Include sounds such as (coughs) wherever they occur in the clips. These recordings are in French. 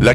La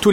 Tous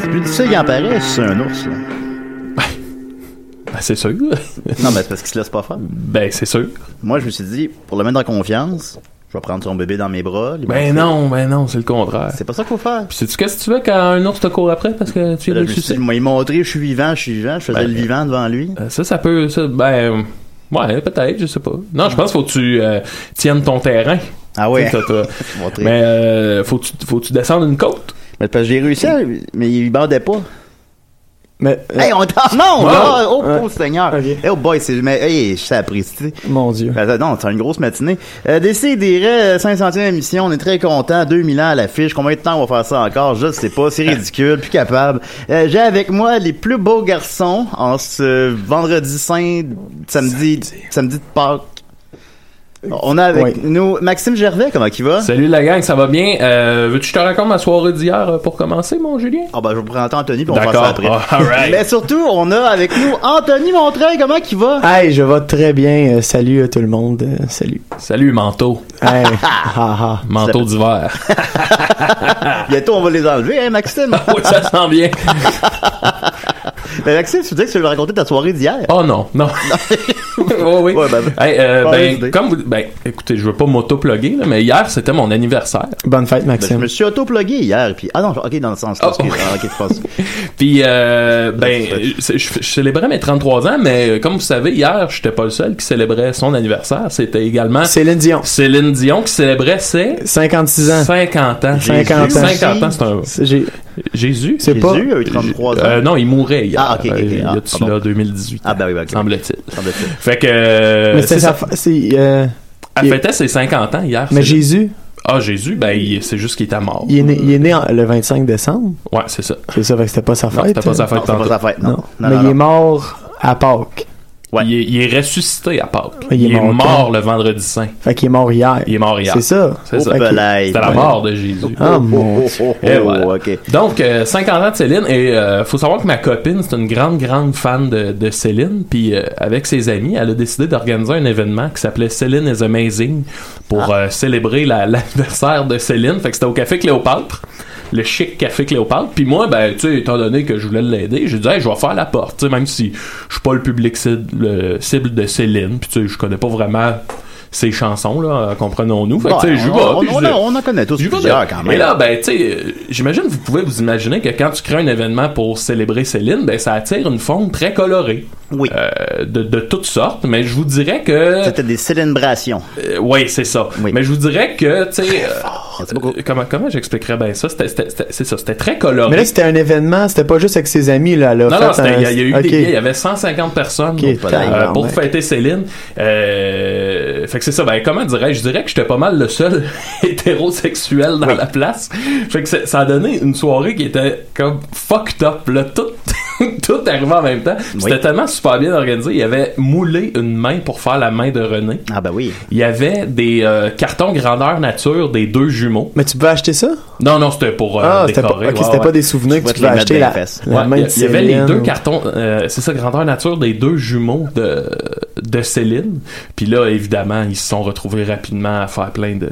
C'est plus ça, il en paraît, c'est un ours, là. Ben, c'est sûr. (laughs) Non, mais c'est parce qu'il se laisse pas faire. ben, c'est sûr. Moi, je me suis dit, pour le mettre en confiance, je vais prendre son bébé dans mes bras. lui montrer- Ben non, ben non, c'est le contraire. C'est pas ça qu'il faut faire. Puis sais-tu qu'est-ce que tu veux quand un ours te court après parce que tu Là, le je me suis sucer? dit, moi, il m'a montré, je suis vivant, je suis vivant, je faisais Ben, le vivant devant lui. Euh, Ça, ça peut... Ça, ben... Ouais, peut-être, je sais pas. Non, je pense qu'il faut que tu euh, tiennes ton terrain. Ah ouais. Tu sais, (laughs) t'as- t'as- Montrer. Mais euh, faut que tu- faut que tu descendes une côte. Mais parce que j'ai réussi, à- mais il bandait pas. Mais, euh, Hey, on Ah! t'en... Non! Ouais. là, oh, oh, Ouais. Ah, Seigneur! Ok. Hey, oh boy, c'est... Mais, hey, je suis apprécié. mon Dieu. Ben, ça- non, c'est une grosse matinée. Euh, Décidérez, 500e émission, on est très content. 2000 ans à l'affiche. Combien de temps on va faire ça encore? Je sais pas, (laughs) c'est ridicule, plus capable. Euh, J'ai avec moi les plus beaux garçons en ce vendredi saint, samedi, samedi, de Pâques. On a avec Ouais. nous Maxime Gervais, comment il va? Salut la gang, ça va bien? Euh, Veux-tu que je te raconte ma soirée d'hier euh, pour commencer, mon Julien? Ah ben, je vais présenter Anthony, puis on va faire D'accord. ça après. Ah, all right. Mais surtout, on a avec nous Anthony Montreuil, comment il va? Hey, je vais très bien. euh, salut à tout le monde. euh, salut. Salut, manteau. (laughs) Hey, ha, ha. Manteau d'hiver. (laughs) Ah. Bientôt, on va les enlever, hein, Maxime? oui, ça sent bien. ben, Maxime, tu me disais que tu veux raconter ta soirée d'hier. Oh non, non. (laughs) Oh, oui. Ouais, ben, Hey, euh, pas ben, une idée. comme vous- ben, écoutez, je veux pas m'auto-plugger, là, mais hier, c'était mon anniversaire. Bonne fête, Ben, je Maxime. me suis auto-plugué hier, puis... Ah non, ok, dans le sens... Oh, ok, oh. ah, ok, je (laughs) pense. Puis, euh, ben, Ouais, euh, c'est- je, je célébrais mes 33 ans, mais euh, comme vous savez, hier, j'étais pas le seul qui célébrait son anniversaire. C'était également Ah, Céline Dion. Céline Dion qui célébrait ses 56 ans. 50 ans. 50 ans. 50 ans, c'est un... C'est- j'ai- Jésus? C'est pas. Jésus a eu 33 ans. Euh, non, il mourait hier. Ah, ok, ok, ok. Euh, Il y Ah, a de cela pardon. 2018. Ah, ben oui, ben, ok. Semble-t-il. Semble-t-il. Fait que. euh, Mais c'est c'est sa ça. fa- c'est, euh, Elle fêtait ses 50 ans hier. Mais c'est- Jésus, Ah, Jésus, ben, il- c'est juste qu'il était mort. il est né, il est né en- le 25 décembre. Ouais, c'est ça. C'est ça, fait que c'était pas sa Non, fête. c'était pas sa fête Non, c'est tantôt. pas sa fête, non. Non. Non, Mais non, il non. est mort à Pâques. Il, est, il est ressuscité à Pâques. Il est Il est mort mort le vendredi saint. Fait qu'il est mort hier. Il est mort hier. C'est ça. C'est ça. Oh, belay. C'était la Ouais. mort Eh de Jésus. Ah, Oh, mon oh, Dieu. oh, oh, Et oh, voilà. ok. Donc, euh, 50 ans de Céline, et euh, faut savoir que ma copine, c'est une grande, grande fan de, de Céline, puis euh, avec ses amis, elle a décidé d'organiser un événement qui s'appelait Céline is Ah. (laughs) Amazing pour euh, célébrer la- l'anniversaire de Céline. Fait que c'était au Café Cléopâtre. le chic café Cléopâtre. Puis moi, ben, tu sais, étant donné que je voulais l'aider, j'ai dit, Hey, je vais faire la porte. Tu sais, même si je suis pas le public cible, le cible de Céline, puis tu sais, je connais pas vraiment ses chansons, là, euh, comprenons-nous. Fait que, Bon, tu sais, j'y on- vais, on- puis je on- dis- on en connaît tous j'y vais, plusieurs, là. quand Et même. là, ben, tu sais, euh, j'imagine que vous pouvez vous imaginer que quand tu crées un événement pour célébrer Céline, ben, ça attire une faune très colorée. Oui. Euh, de, de toutes sortes, mais je vous dirais que... C'était des célébrations. Euh, oui, c'est ça. Oui. Mais je vous dirais que, tu sais, euh, Ah, C'est beaucoup. euh, comment, comment j'expliquerais bien ça? C'était, c'était- c'était- c'est ça, c'était très coloré. Mais là, c'était un événement, c'était pas juste avec ses amis, là. là non, non, fait c'était- il y, a- un- il y a eu Ok. des billets, il y avait 150 personnes Ok, euh, tabarnak. pour fêter Céline. Euh, fait que c'est ça, ben comment dirais-je? Je dirais que j'étais pas mal le seul (laughs) hétérosexuel dans la place. Fait que c'est- ça a donné une soirée qui était comme fucked up, là, tout. (laughs) Tout arrivait en même temps. C'était tellement super bien organisé. Il y avait moulé une main pour faire la main de René. Ah ben oui. Il y avait des euh, cartons grandeur nature des deux jumeaux. Mais tu pouvais acheter ça? Non, non, c'était pour euh, ah, c'était pas, décorer. ok, ouais, c'était ouais. pas des souvenirs Tu que vas tu te pouvais les acheter. mettre La, dans les fesses. la Ouais, main il y, de il y avait les Céline, deux ou- cartons, euh, c'est ça, grandeur nature des deux jumeaux de, de Céline. Puis là, évidemment, ils se sont retrouvés rapidement à faire plein de,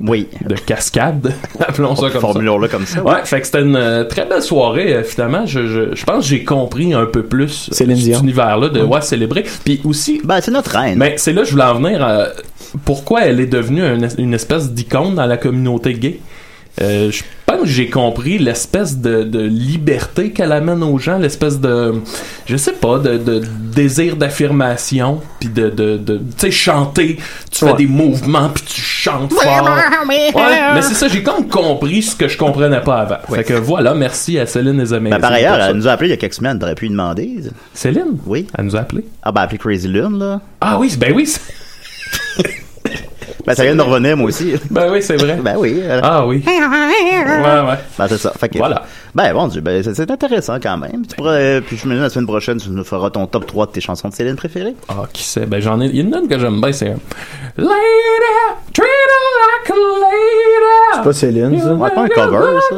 Oui. de cascades. (laughs) Appelons ça comme ça. Formulons-le comme ça. Ouais, fait que c'était une euh, très belle soirée euh, finalement. Je, je, je pense que j'ai compris un peu plus euh, Céline Dion. cet univers-là de ouais célébrer. Puis aussi, Ben, c'est notre reine. Mais c'est là que je voulais en venir. euh, pourquoi elle est devenue un es- une espèce d'icône dans la communauté gay? Euh, je pense que j'ai compris l'espèce de, de liberté qu'elle amène aux gens, l'espèce de, je sais pas, de, de désir d'affirmation, puis de, de, de- tu sais, chanter, tu fais des mouvements, puis tu chantes fort. Ouais, mais c'est ça, j'ai comme compris ce que je comprenais pas avant. Fait que voilà, merci à Céline et Amazing. Ben, par ailleurs, pour ça. elle nous a appelé il y a quelques semaines, t'aurais pu lui demander. Céline? Oui. Elle nous a appelé. Ah ben, appelé Crazy Lune, là. Ah oui, ben oui, c'est- Ben, ça vient de me revenir, moi (laughs) aussi. ben oui, c'est vrai. (laughs) ben oui. euh, Ah oui. Ouais, ouais. Ben, c'est ça. Fait que, Voilà. Ben. Ben, bon Dieu, ben, c'est- c'est intéressant quand même. Tu pourras, euh, puis je me dis, la semaine prochaine, tu nous feras ton top 3 de tes chansons de Céline (laughs) préférées. Ah, qui sait? Ben, j'en ai. Il y en a une que j'aime bien, c'est. euh, Lady, treat her like a lady. Pas Céline, ça. Ouais, pas un cover, ça.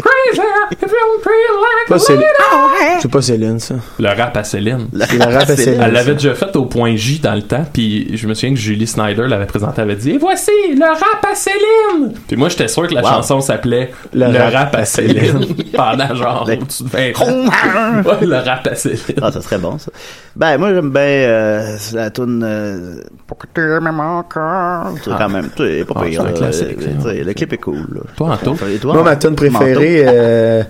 Crazy, if you don't treat her like a Pas Céline. lady. C'est pas Céline, ça. Le rap à Céline. C'est la rap à Céline. Céline. Elle ça. l'avait déjà faite au point J dans le temps, puis je me souviens que Julie Snyder l'avait présentée, elle avait dit Et voici le rap à Céline Puis moi j'étais sûr que la Wow. chanson s'appelait Le Le, rap rap, à Céline (laughs) pendant genre au-dessus de 20 ans. Ouais, le rap à Céline. Ah, ça serait bon, ça. Ben, moi, j'aime bien euh, la toune... Euh, Pour que tu m'aimes encore. Tu sais, quand même, tu sais, pas Ah, pire. c'est un là. classique, Tu ça. sais, le clip est cool. là. Toi, Anto? Et toi, Moi, ma tune Manteau? préférée euh,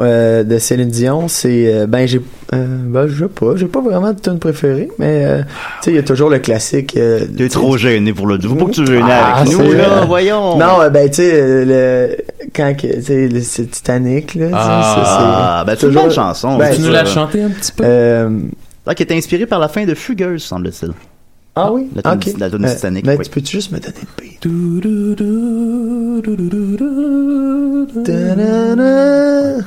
euh, de Céline Dion, c'est euh, ben j'ai euh, ben je sais pas, j'ai pas vraiment de tune préférée, mais euh, tu sais il y a toujours le classique. euh, Tu es tu sais, trop gêné pour le. Faut pas que tu gênes Ah, avec nous, c'est- là. Voyons. Non, euh, ben tu sais euh, le quand que tu sais le- c'est Titanic là, tu sais, Ah, ça, ben, c'est une toujours- bonne chanson. Ben, tu nous ça. l'as chanté un petit peu? Euh, Ah, qui est inspirée par la fin de Fugueuse, semble-t-il. ah oui, La toune- ok. la toune Euh, Titanic, ben, oui. tu peux juste me donner le beat. Ta-da-da.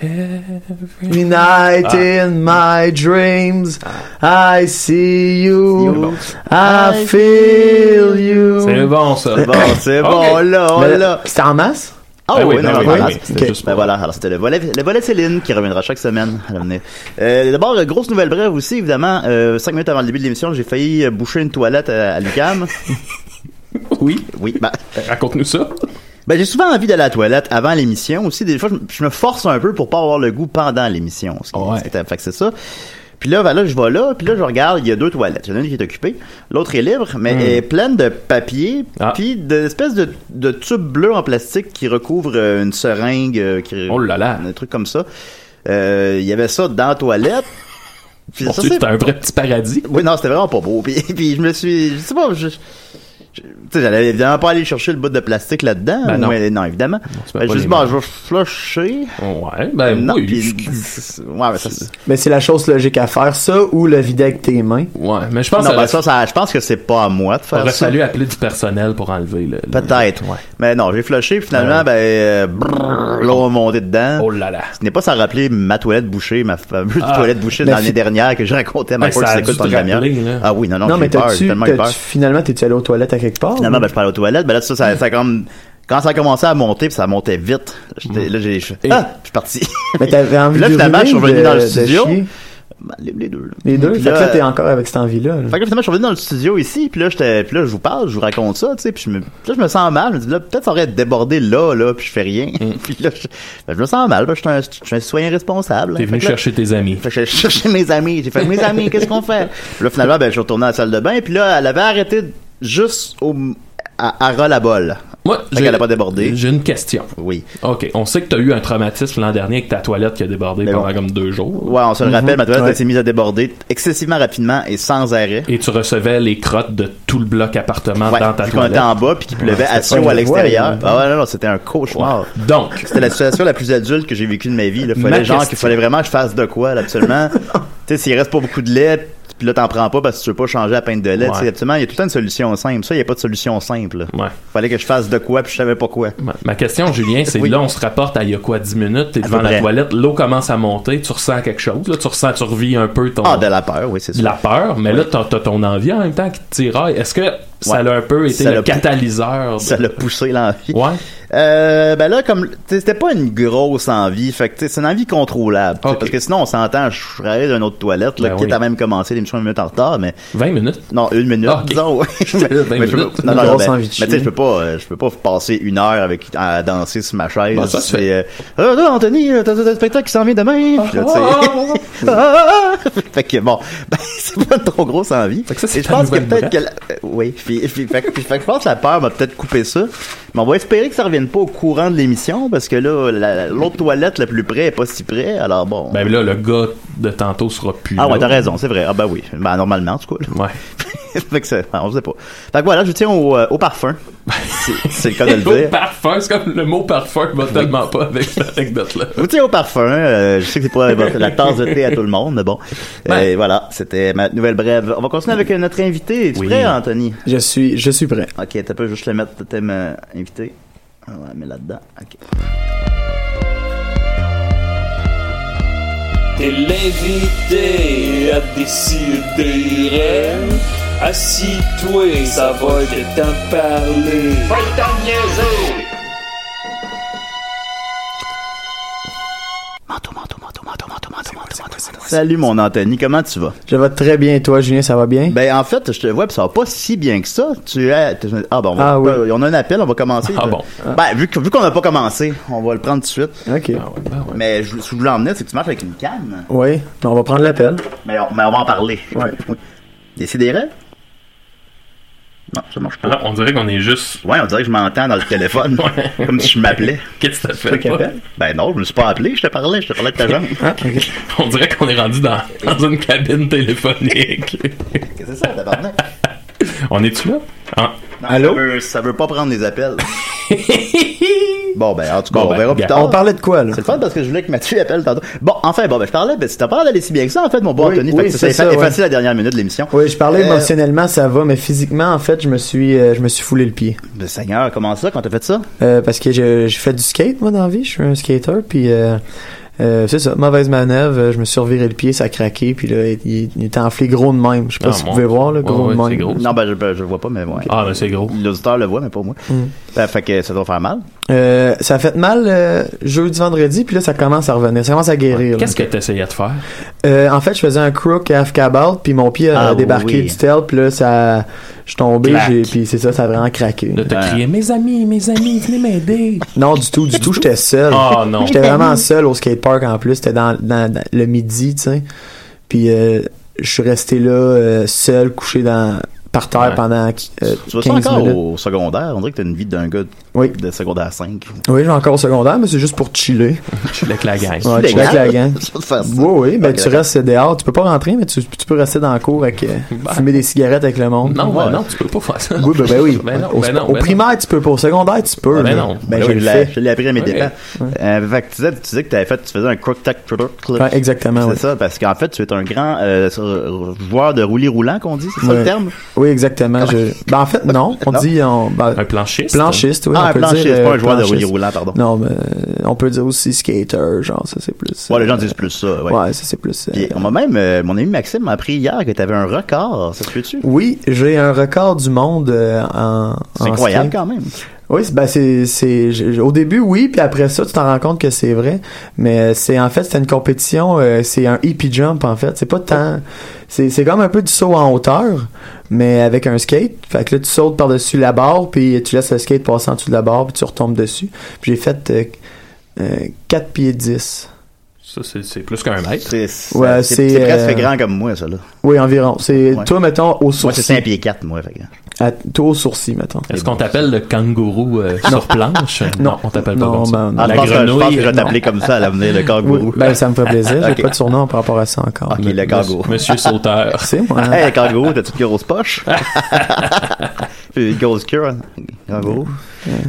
Every Ah. night in my dreams, I see you, I feel you. C'est bon ça. Bon, c'est Ok. bon, là, oh, on Mais l'a. C'est en masse? Ah Ben oui, oui, non, ben oui, voilà. ben oui, c'était Ok. juste pour- Ben voilà, alors c'était le volet, le volet de Céline qui reviendra chaque semaine à l'avenir. Euh, D'abord, euh, grosse nouvelle brève aussi, évidemment. Euh, cinq minutes avant le début de l'émission, j'ai failli euh, boucher une toilette à, à (laughs) l'UQAM. Oui, oui, ben, raconte-nous ça. ben j'ai souvent envie d'aller à la toilette avant l'émission aussi. Des fois, je, me- je me force un peu pour pas avoir le goût pendant l'émission. Ce qui- Ouais. ce qui est- Fait que c'est ça. Puis là, ben là, je vais là, puis là, je regarde, il y a deux toilettes. Il y en a une qui est occupée, l'autre est libre, mais elle est pleine de papier, Hmm. Ah. puis d'espèces de, de tubes bleus en plastique qui recouvrent euh, une seringue euh, qui, Oh là là. un truc comme ça. Euh, Il y avait ça dans la (laughs) toilette. Puis Mon ça, Dieu, c'est- c'était un vrai petit paradis. Oui, non, c'était vraiment pas beau. Puis, (laughs) puis je me suis... Je sais pas, je... je- Tu sais, j'allais évidemment pas aller chercher le bout de plastique là-dedans. Ben non. Ouais, non, évidemment. tu Ben, mets pas je me suis dit, les bon, mains. je vais flusher. Ouais, ben non, oui. puis- Ouais, ben, ça, (laughs) c'est- Mais c'est la chose logique à faire, ça ou le vider avec tes mains. Ouais, mais je pense non, que ben, ça, ça, je pense que c'est pas à moi de ça faire aurait ça. fallu appeler du personnel pour enlever le. le- Peut-être. Ouais. Mais non, j'ai flushé, puis finalement, ben, euh, brrr, là, on est monté dedans. Oh là là. Ce n'est pas sans rappeler ma toilette bouchée, ma fameuse toilette bouchée de Ah. Mais l'année fi- dernière que j'ai raconté à ma Hey, cour ça a dû s'écoute te pendant une rappeler, demi-heure. là. Ah oui, non, non, non, mais j'ai eu peur, j'ai t'as-tu, tellement eu t'as-tu- peur. finalement, t'es-tu allé aux toilettes à quelque part? Finalement, ben, je parlais aux toilettes, ben là, ça, ça, ça, comme, quand ça a commencé à monter, puis ça montait Mm. vite, j'étais- là, j'ai, je- ah, je suis parti. (laughs) Mais t'avais envie Puis là, de finalement, je suis de, revenu dans le de studio. chier. Ben, les, les deux, là. Les deux. Puis fait que là, là, t'es encore avec cette envie-là. là. Fait que là, finalement, je suis revenu dans le studio ici, puis là, j'étais, puis là, je vous parle, je vous raconte ça, tu sais, puis je me, puis là, je me sens mal, je me dis, là, peut-être ça aurait débordé là, là, puis je fais rien. Mm. (laughs) puis là, je, ben, je me sens mal, parce que je suis un, je suis un citoyen responsable. hein. T'es Fait venu que là, chercher tes amis. fait que j'ai cherché mes amis. J'ai fait, mes amis, qu'est-ce qu'on fait? Puis là, finalement, ben, je suis retourné à la salle de bain. Puis là, elle avait arrêté de- juste au, à, à ras la bolle. Moi, Fait j'ai- qu'elle a pas débordé. J'ai une question. Oui. OK, on sait que t'as eu un traumatisme l'an dernier avec ta toilette qui a débordé Mais pendant bon. comme deux jours. Ouais, on se le rappelle, ma toilette Ouais. elle s'est mise à déborder excessivement rapidement et sans arrêt. Et tu recevais les crottes de tout le bloc appartement Ouais, dans ta vu qu'on était toilette. en bas puis qu'il pleuvait à pas chaud une à voie, l'extérieur. là. Ah ouais, non, non, c'était un cauchemar. Donc, C'était la situation la plus adulte que j'ai vécue de ma vie. Il Ma fallait genre question. qu'il fallait vraiment que je fasse de quoi, là, absolument. tu sais, s'il reste pas beaucoup de lait, puis là, t'en prends pas parce que tu veux pas changer la peinte de lait. Ouais. tu sais, Absolument, il y a tout le temps une solution simple. Ça, il y a pas de solution simple. ouais. Fallait que je fasse de quoi, puis je savais pas quoi. Ma- Ma question, Julien, c'est Oui. là, on se rapporte à il y a quoi, 10 minutes, t'es peu devant la près. toilette, l'eau commence à monter, tu ressens quelque chose, là, tu ressens, tu revis un peu ton. Ah, de la peur, oui, c'est sûr. la peur, mais là, t'as t'as ton envie en même temps qui te tiraille. Est-ce que ça Ouais. l'a un peu été Ça le l'a- catalyseur? de- Ça l'a poussé l'envie. Ouais. Euh, ben là, comme t'sais, c'était pas une grosse envie, fait que t'sais, c'est une envie contrôlable. t'sais, Ok. Parce que sinon, on s'entend, je serais allé dans une autre toilette, là, Ben quitte oui. à même commencer l'émission une minute en retard, mais 20 minutes? non, une minute, Ah, ok. disons. (laughs) ouais. J'étais là, (laughs) vingt Mais je peux- minutes. non, non, Une non, grosse mais, envie de mais t'sais, chier. je peux pas, euh, je peux pas passer une heure avec à danser sur ma chaise. Ben, ça se C'est, euh, Ah, là, Anthony, euh, t'as t'as un spectacle qui s'en vient demain. Puis là, ah, t'sais, Ah! fait que bon, (laughs) ben, c'est pas une trop grosse envie. Fait que ça, c'est Et je ta pense que nouvelle peut-être que la- euh, oui, puis, puis- fait, que- puis- fait que je pense que la peur m'a peut-être coupé ça. Mais on va espérer que ça revienne pas au courant de l'émission parce que là, la- la- l'autre toilette la plus près est pas si près. Alors bon. (laughs) Ben là, le gars de tantôt sera plus. ah là. ouais, t'as raison, c'est vrai. Ah ben oui, ben normalement en tout cas. (laughs) là. Ouais. fait que ça, ah, on sait pas. Fait que voilà, je tiens au, euh, au parfum. C'est- C'est le cas (laughs) de le Le dire. mot parfum, c'est comme le mot parfum va tellement pas avec cette anecdote-là. Je vous tiens au parfum. euh, je sais que c'est pas votre- la tasse de thé à tout le monde, mais bon. Ouais. Et voilà, c'était ma nouvelle brève. On va continuer avec euh, notre invité. Es-tu Oui. prêt, Anthony? Je suis, je suis prêt. Ok, t'as peux juste le mettre le thème euh, invité. On va le mettre là-dedans. Ok. T'es l'invité à décider. Assis-toi, ça va te t'en parler. Manteau, manteau, manteau, manteau, manteau, manteau, manteau, manteau, manteau. Salut mon Anthony, comment tu (laughs) vas? Je vais très bien. Et toi, Julien, ça va bien? Ben en fait, je te vois, pis ça va pas si bien que ça. Tu es... tu- Ah bon, on, va- Ah oui. euh, on a un appel, on va commencer. (laughs) Ah bon. Ben vu, que- vu qu'on n'a pas commencé, on va le prendre tout de suite. OK. Ah ouais, ben ouais. Mais je, ce que je voulais emmener, c'est que tu marches avec une canne. Oui, mais on va prendre l'appel. Mais on, mais on va en parler. Ouais. Décidérez? Non, ça marche pas. Ah, on dirait qu'on est juste. Ouais, on dirait que je m'entends dans le téléphone. (laughs) Ouais. Comme si je (laughs) m'appelais. Qu'est-ce que ça fait? qui pas? appelle? Ben non, je me suis pas appelé, je te parlais, je te parlais de ta jambe. Hein? Ah, OK. On dirait qu'on est rendu dans, dans une cabine téléphonique. Qu'est-ce que c'est ça, tabarnak? on est-tu là? Ah. Non, Allô? Ça veut, ça veut pas prendre les appels. bon, ben, en tout cas, Bon, on ben, verra gars, plus On tard. parlait de quoi, là? C'est le fun parce que je voulais que Mathieu appelle tantôt. Bon, enfin, bon, ben, je parlais, ben, si t'as pas d'aller si bien que ça, en fait, mon bon Oui, Anthony. oui, fait que c'est c'est ça, fa- ouais. effacé la dernière minute de l'émission. Oui, je parlais Euh, émotionnellement, ça va, mais physiquement, en fait, je me suis, euh, je me suis foulé le pied. Ben, Seigneur, comment ça, quand t'as fait ça? Euh, parce que je- j'ai fait du skate, moi, dans la vie. Je suis un skater, puis euh, euh, c'est ça, mauvaise manœuvre. euh, Je me suis reviré le pied, ça a craqué, puis là, il, il- il était enflé gros de même. Je sais pas Ah, si vous mon- pouvez voir, là, Ouais, gros ouais, de c'est même. gros. Non, ben, je, ben, je le vois pas, mais ouais. Ah, mais c'est gros. L'auditeur le voit, mais pas moi. Ben, fait que ça doit faire mal. Euh, ça a fait mal euh, jeudi, vendredi, puis là, ça commence à revenir. Ça commence à guérir. là. Qu'est-ce que t'essayais de faire? Euh, en fait, je faisais un crook à half out puis mon pied a Ah, débarqué oui. du tel, puis là, ça, je suis tombé, Clac. j'ai- puis c'est ça, ça a vraiment craqué. De te crier, mes amis, mes amis, venez m'aider. Non, du tout, du tout, j'étais seul. Ah, non. J'étais vraiment seul au skatepark en plus. C'était dans, dans- dans le midi, tu sais. Puis euh, je suis resté là euh, seul, couché dans, par terre Ouais. pendant euh, Tu vas ça 15 encore minutes. au secondaire? On dirait que t'as une vie d'un gars de- Oui. de secondaire 5. Oui, j'ai encore au secondaire, mais c'est juste pour chiller. Avec la gang. Ouais, chiller avec la gang. Ça, de faire ça. Oui, oui, ben Ok, tu restes dehors. Tu peux pas rentrer, mais tu, tu peux rester dans la cour (laughs) avec euh, Bah. fumer des cigarettes avec le (laughs) monde. Non, ben Ouais. non, tu peux pas faire ça. Oui, ben, ben oui. Ben non, au ben non, au ben primaire, tu peux pas. Au secondaire, tu peux. Ben là. non. Ben, Ben je oui, le je l'ai- fais. Je l'ai appris à mes Ouais. dépens. Euh, fait que tu disais, tu disais que t'avais fait, tu faisais un crook tac crook clip. Ah Ouais, exactement. C'est oui. ça, parce qu'en fait, tu es un grand euh, sur- joueur de roulis roulant qu'on dit, c'est ça Ouais. le terme? Oui, exactement. Je... Ben, en (laughs) fait, non. On Non. dit. On... ben, Un planchiste. Planchiste, oui. ah, on un peut planchiste, dire, euh, pas un joueur de planchiste. roulis roulant, pardon. Non, mais euh, on peut dire aussi skater, genre, ça c'est plus. Ouais, les gens euh, disent plus ça, ouais. Ouais, ça c'est plus. euh, Puis, on m'a même, euh, mon ami Maxime m'a appris hier que t'avais un record, ça se peut-tu? Oui, j'ai un record du monde euh, en. C'est en incroyable skate. quand même. Oui, c'est- ben c'est, c'est- j- j- au début oui, puis après ça tu t'en rends compte que c'est vrai, mais euh, c'est en fait c'est une compétition, euh, c'est un hippie jump en fait, c'est pas tant, c'est c'est comme un peu du saut en hauteur, mais avec un skate, fait que là tu sautes par dessus la barre, puis tu laisses le skate passer en dessous de la barre, puis tu retombes dessus. Puis j'ai fait euh, euh, 4 pieds 10. Ça, c'est c'est plus qu'un mètre. C'est c'est- Ouais, c'est- c'est, c'est presque euh, grand comme moi, ça, là. Oui environ. C'est Ouais. toi mettons au Moi, c'est sourcil, 5 pieds 4, moi, fait que- à, toi au sourcil mettons. Est-ce qu'on t'appelle le kangourou (laughs) euh, sur planche? on t'appelle pas non, comme ça. ben, non. Ah, je La pense que- je pense grenouille, que je vais non. t'appeler comme ça à l'avenir, le Oui, kangourou. ben ça me fait plaisir, j'ai (laughs) Ok. pas de surnom par rapport à ça encore. Ok, le kangourou. (laughs) euh, Monsieur Sauteur. C'est moi. hein. Hey, kangourou, t'as-tu une grosse poche? Puis une grosse queue, hein, kangourou.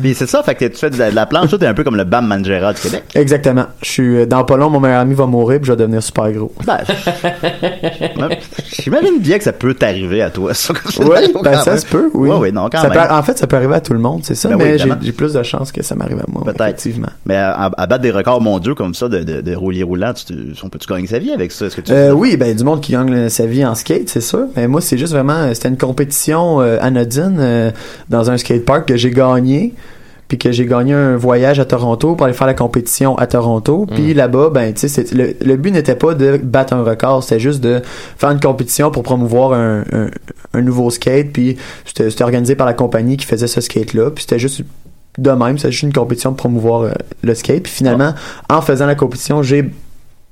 Puis c'est ça, fait que tu fais de la, de la planche, toi, t'es un peu comme le Bam Manjera du Québec. Exactement. Je suis euh, dans pas long, mon meilleur ami va mourir, puis je vais devenir (laughs) super gros. Ben, je- ouais, j'imagine bien que ça peut t'arriver à toi, ça. comme Ouais, scénario, ben quand ça même. se peut, oui. Ouais, ouais, non, quand Ça même. peut- en fait, ça peut arriver à tout le monde, c'est ça, Ben oui, mais j'ai évidemment. j'ai plus de chances que ça m'arrive à moi, Peut-être. effectivement. Mais à, à battre des records mondiaux comme ça, de, de, de roulier roulant, tu, te- on peut-tu gagner sa vie avec ça? Est-ce que tu Euh, oui, ben du monde qui gagne euh, sa vie en skate, c'est sûr. Mais moi, c'est juste vraiment, euh, c'était une compétition euh, anodine euh, dans un skatepark que j'ai gagné, puis que j'ai gagné un voyage à Toronto pour aller faire la compétition à Toronto. Mm. Puis là-bas, ben tu sais, c'est- le, le but n'était pas de battre un record, c'était juste de faire une compétition pour promouvoir un, un- un nouveau skate. Puis c'était c'était organisé par la compagnie qui faisait ce skate-là. Puis c'était juste de même, c'était juste une compétition pour promouvoir euh, le skate. Puis finalement, Ah. en faisant la compétition, j'ai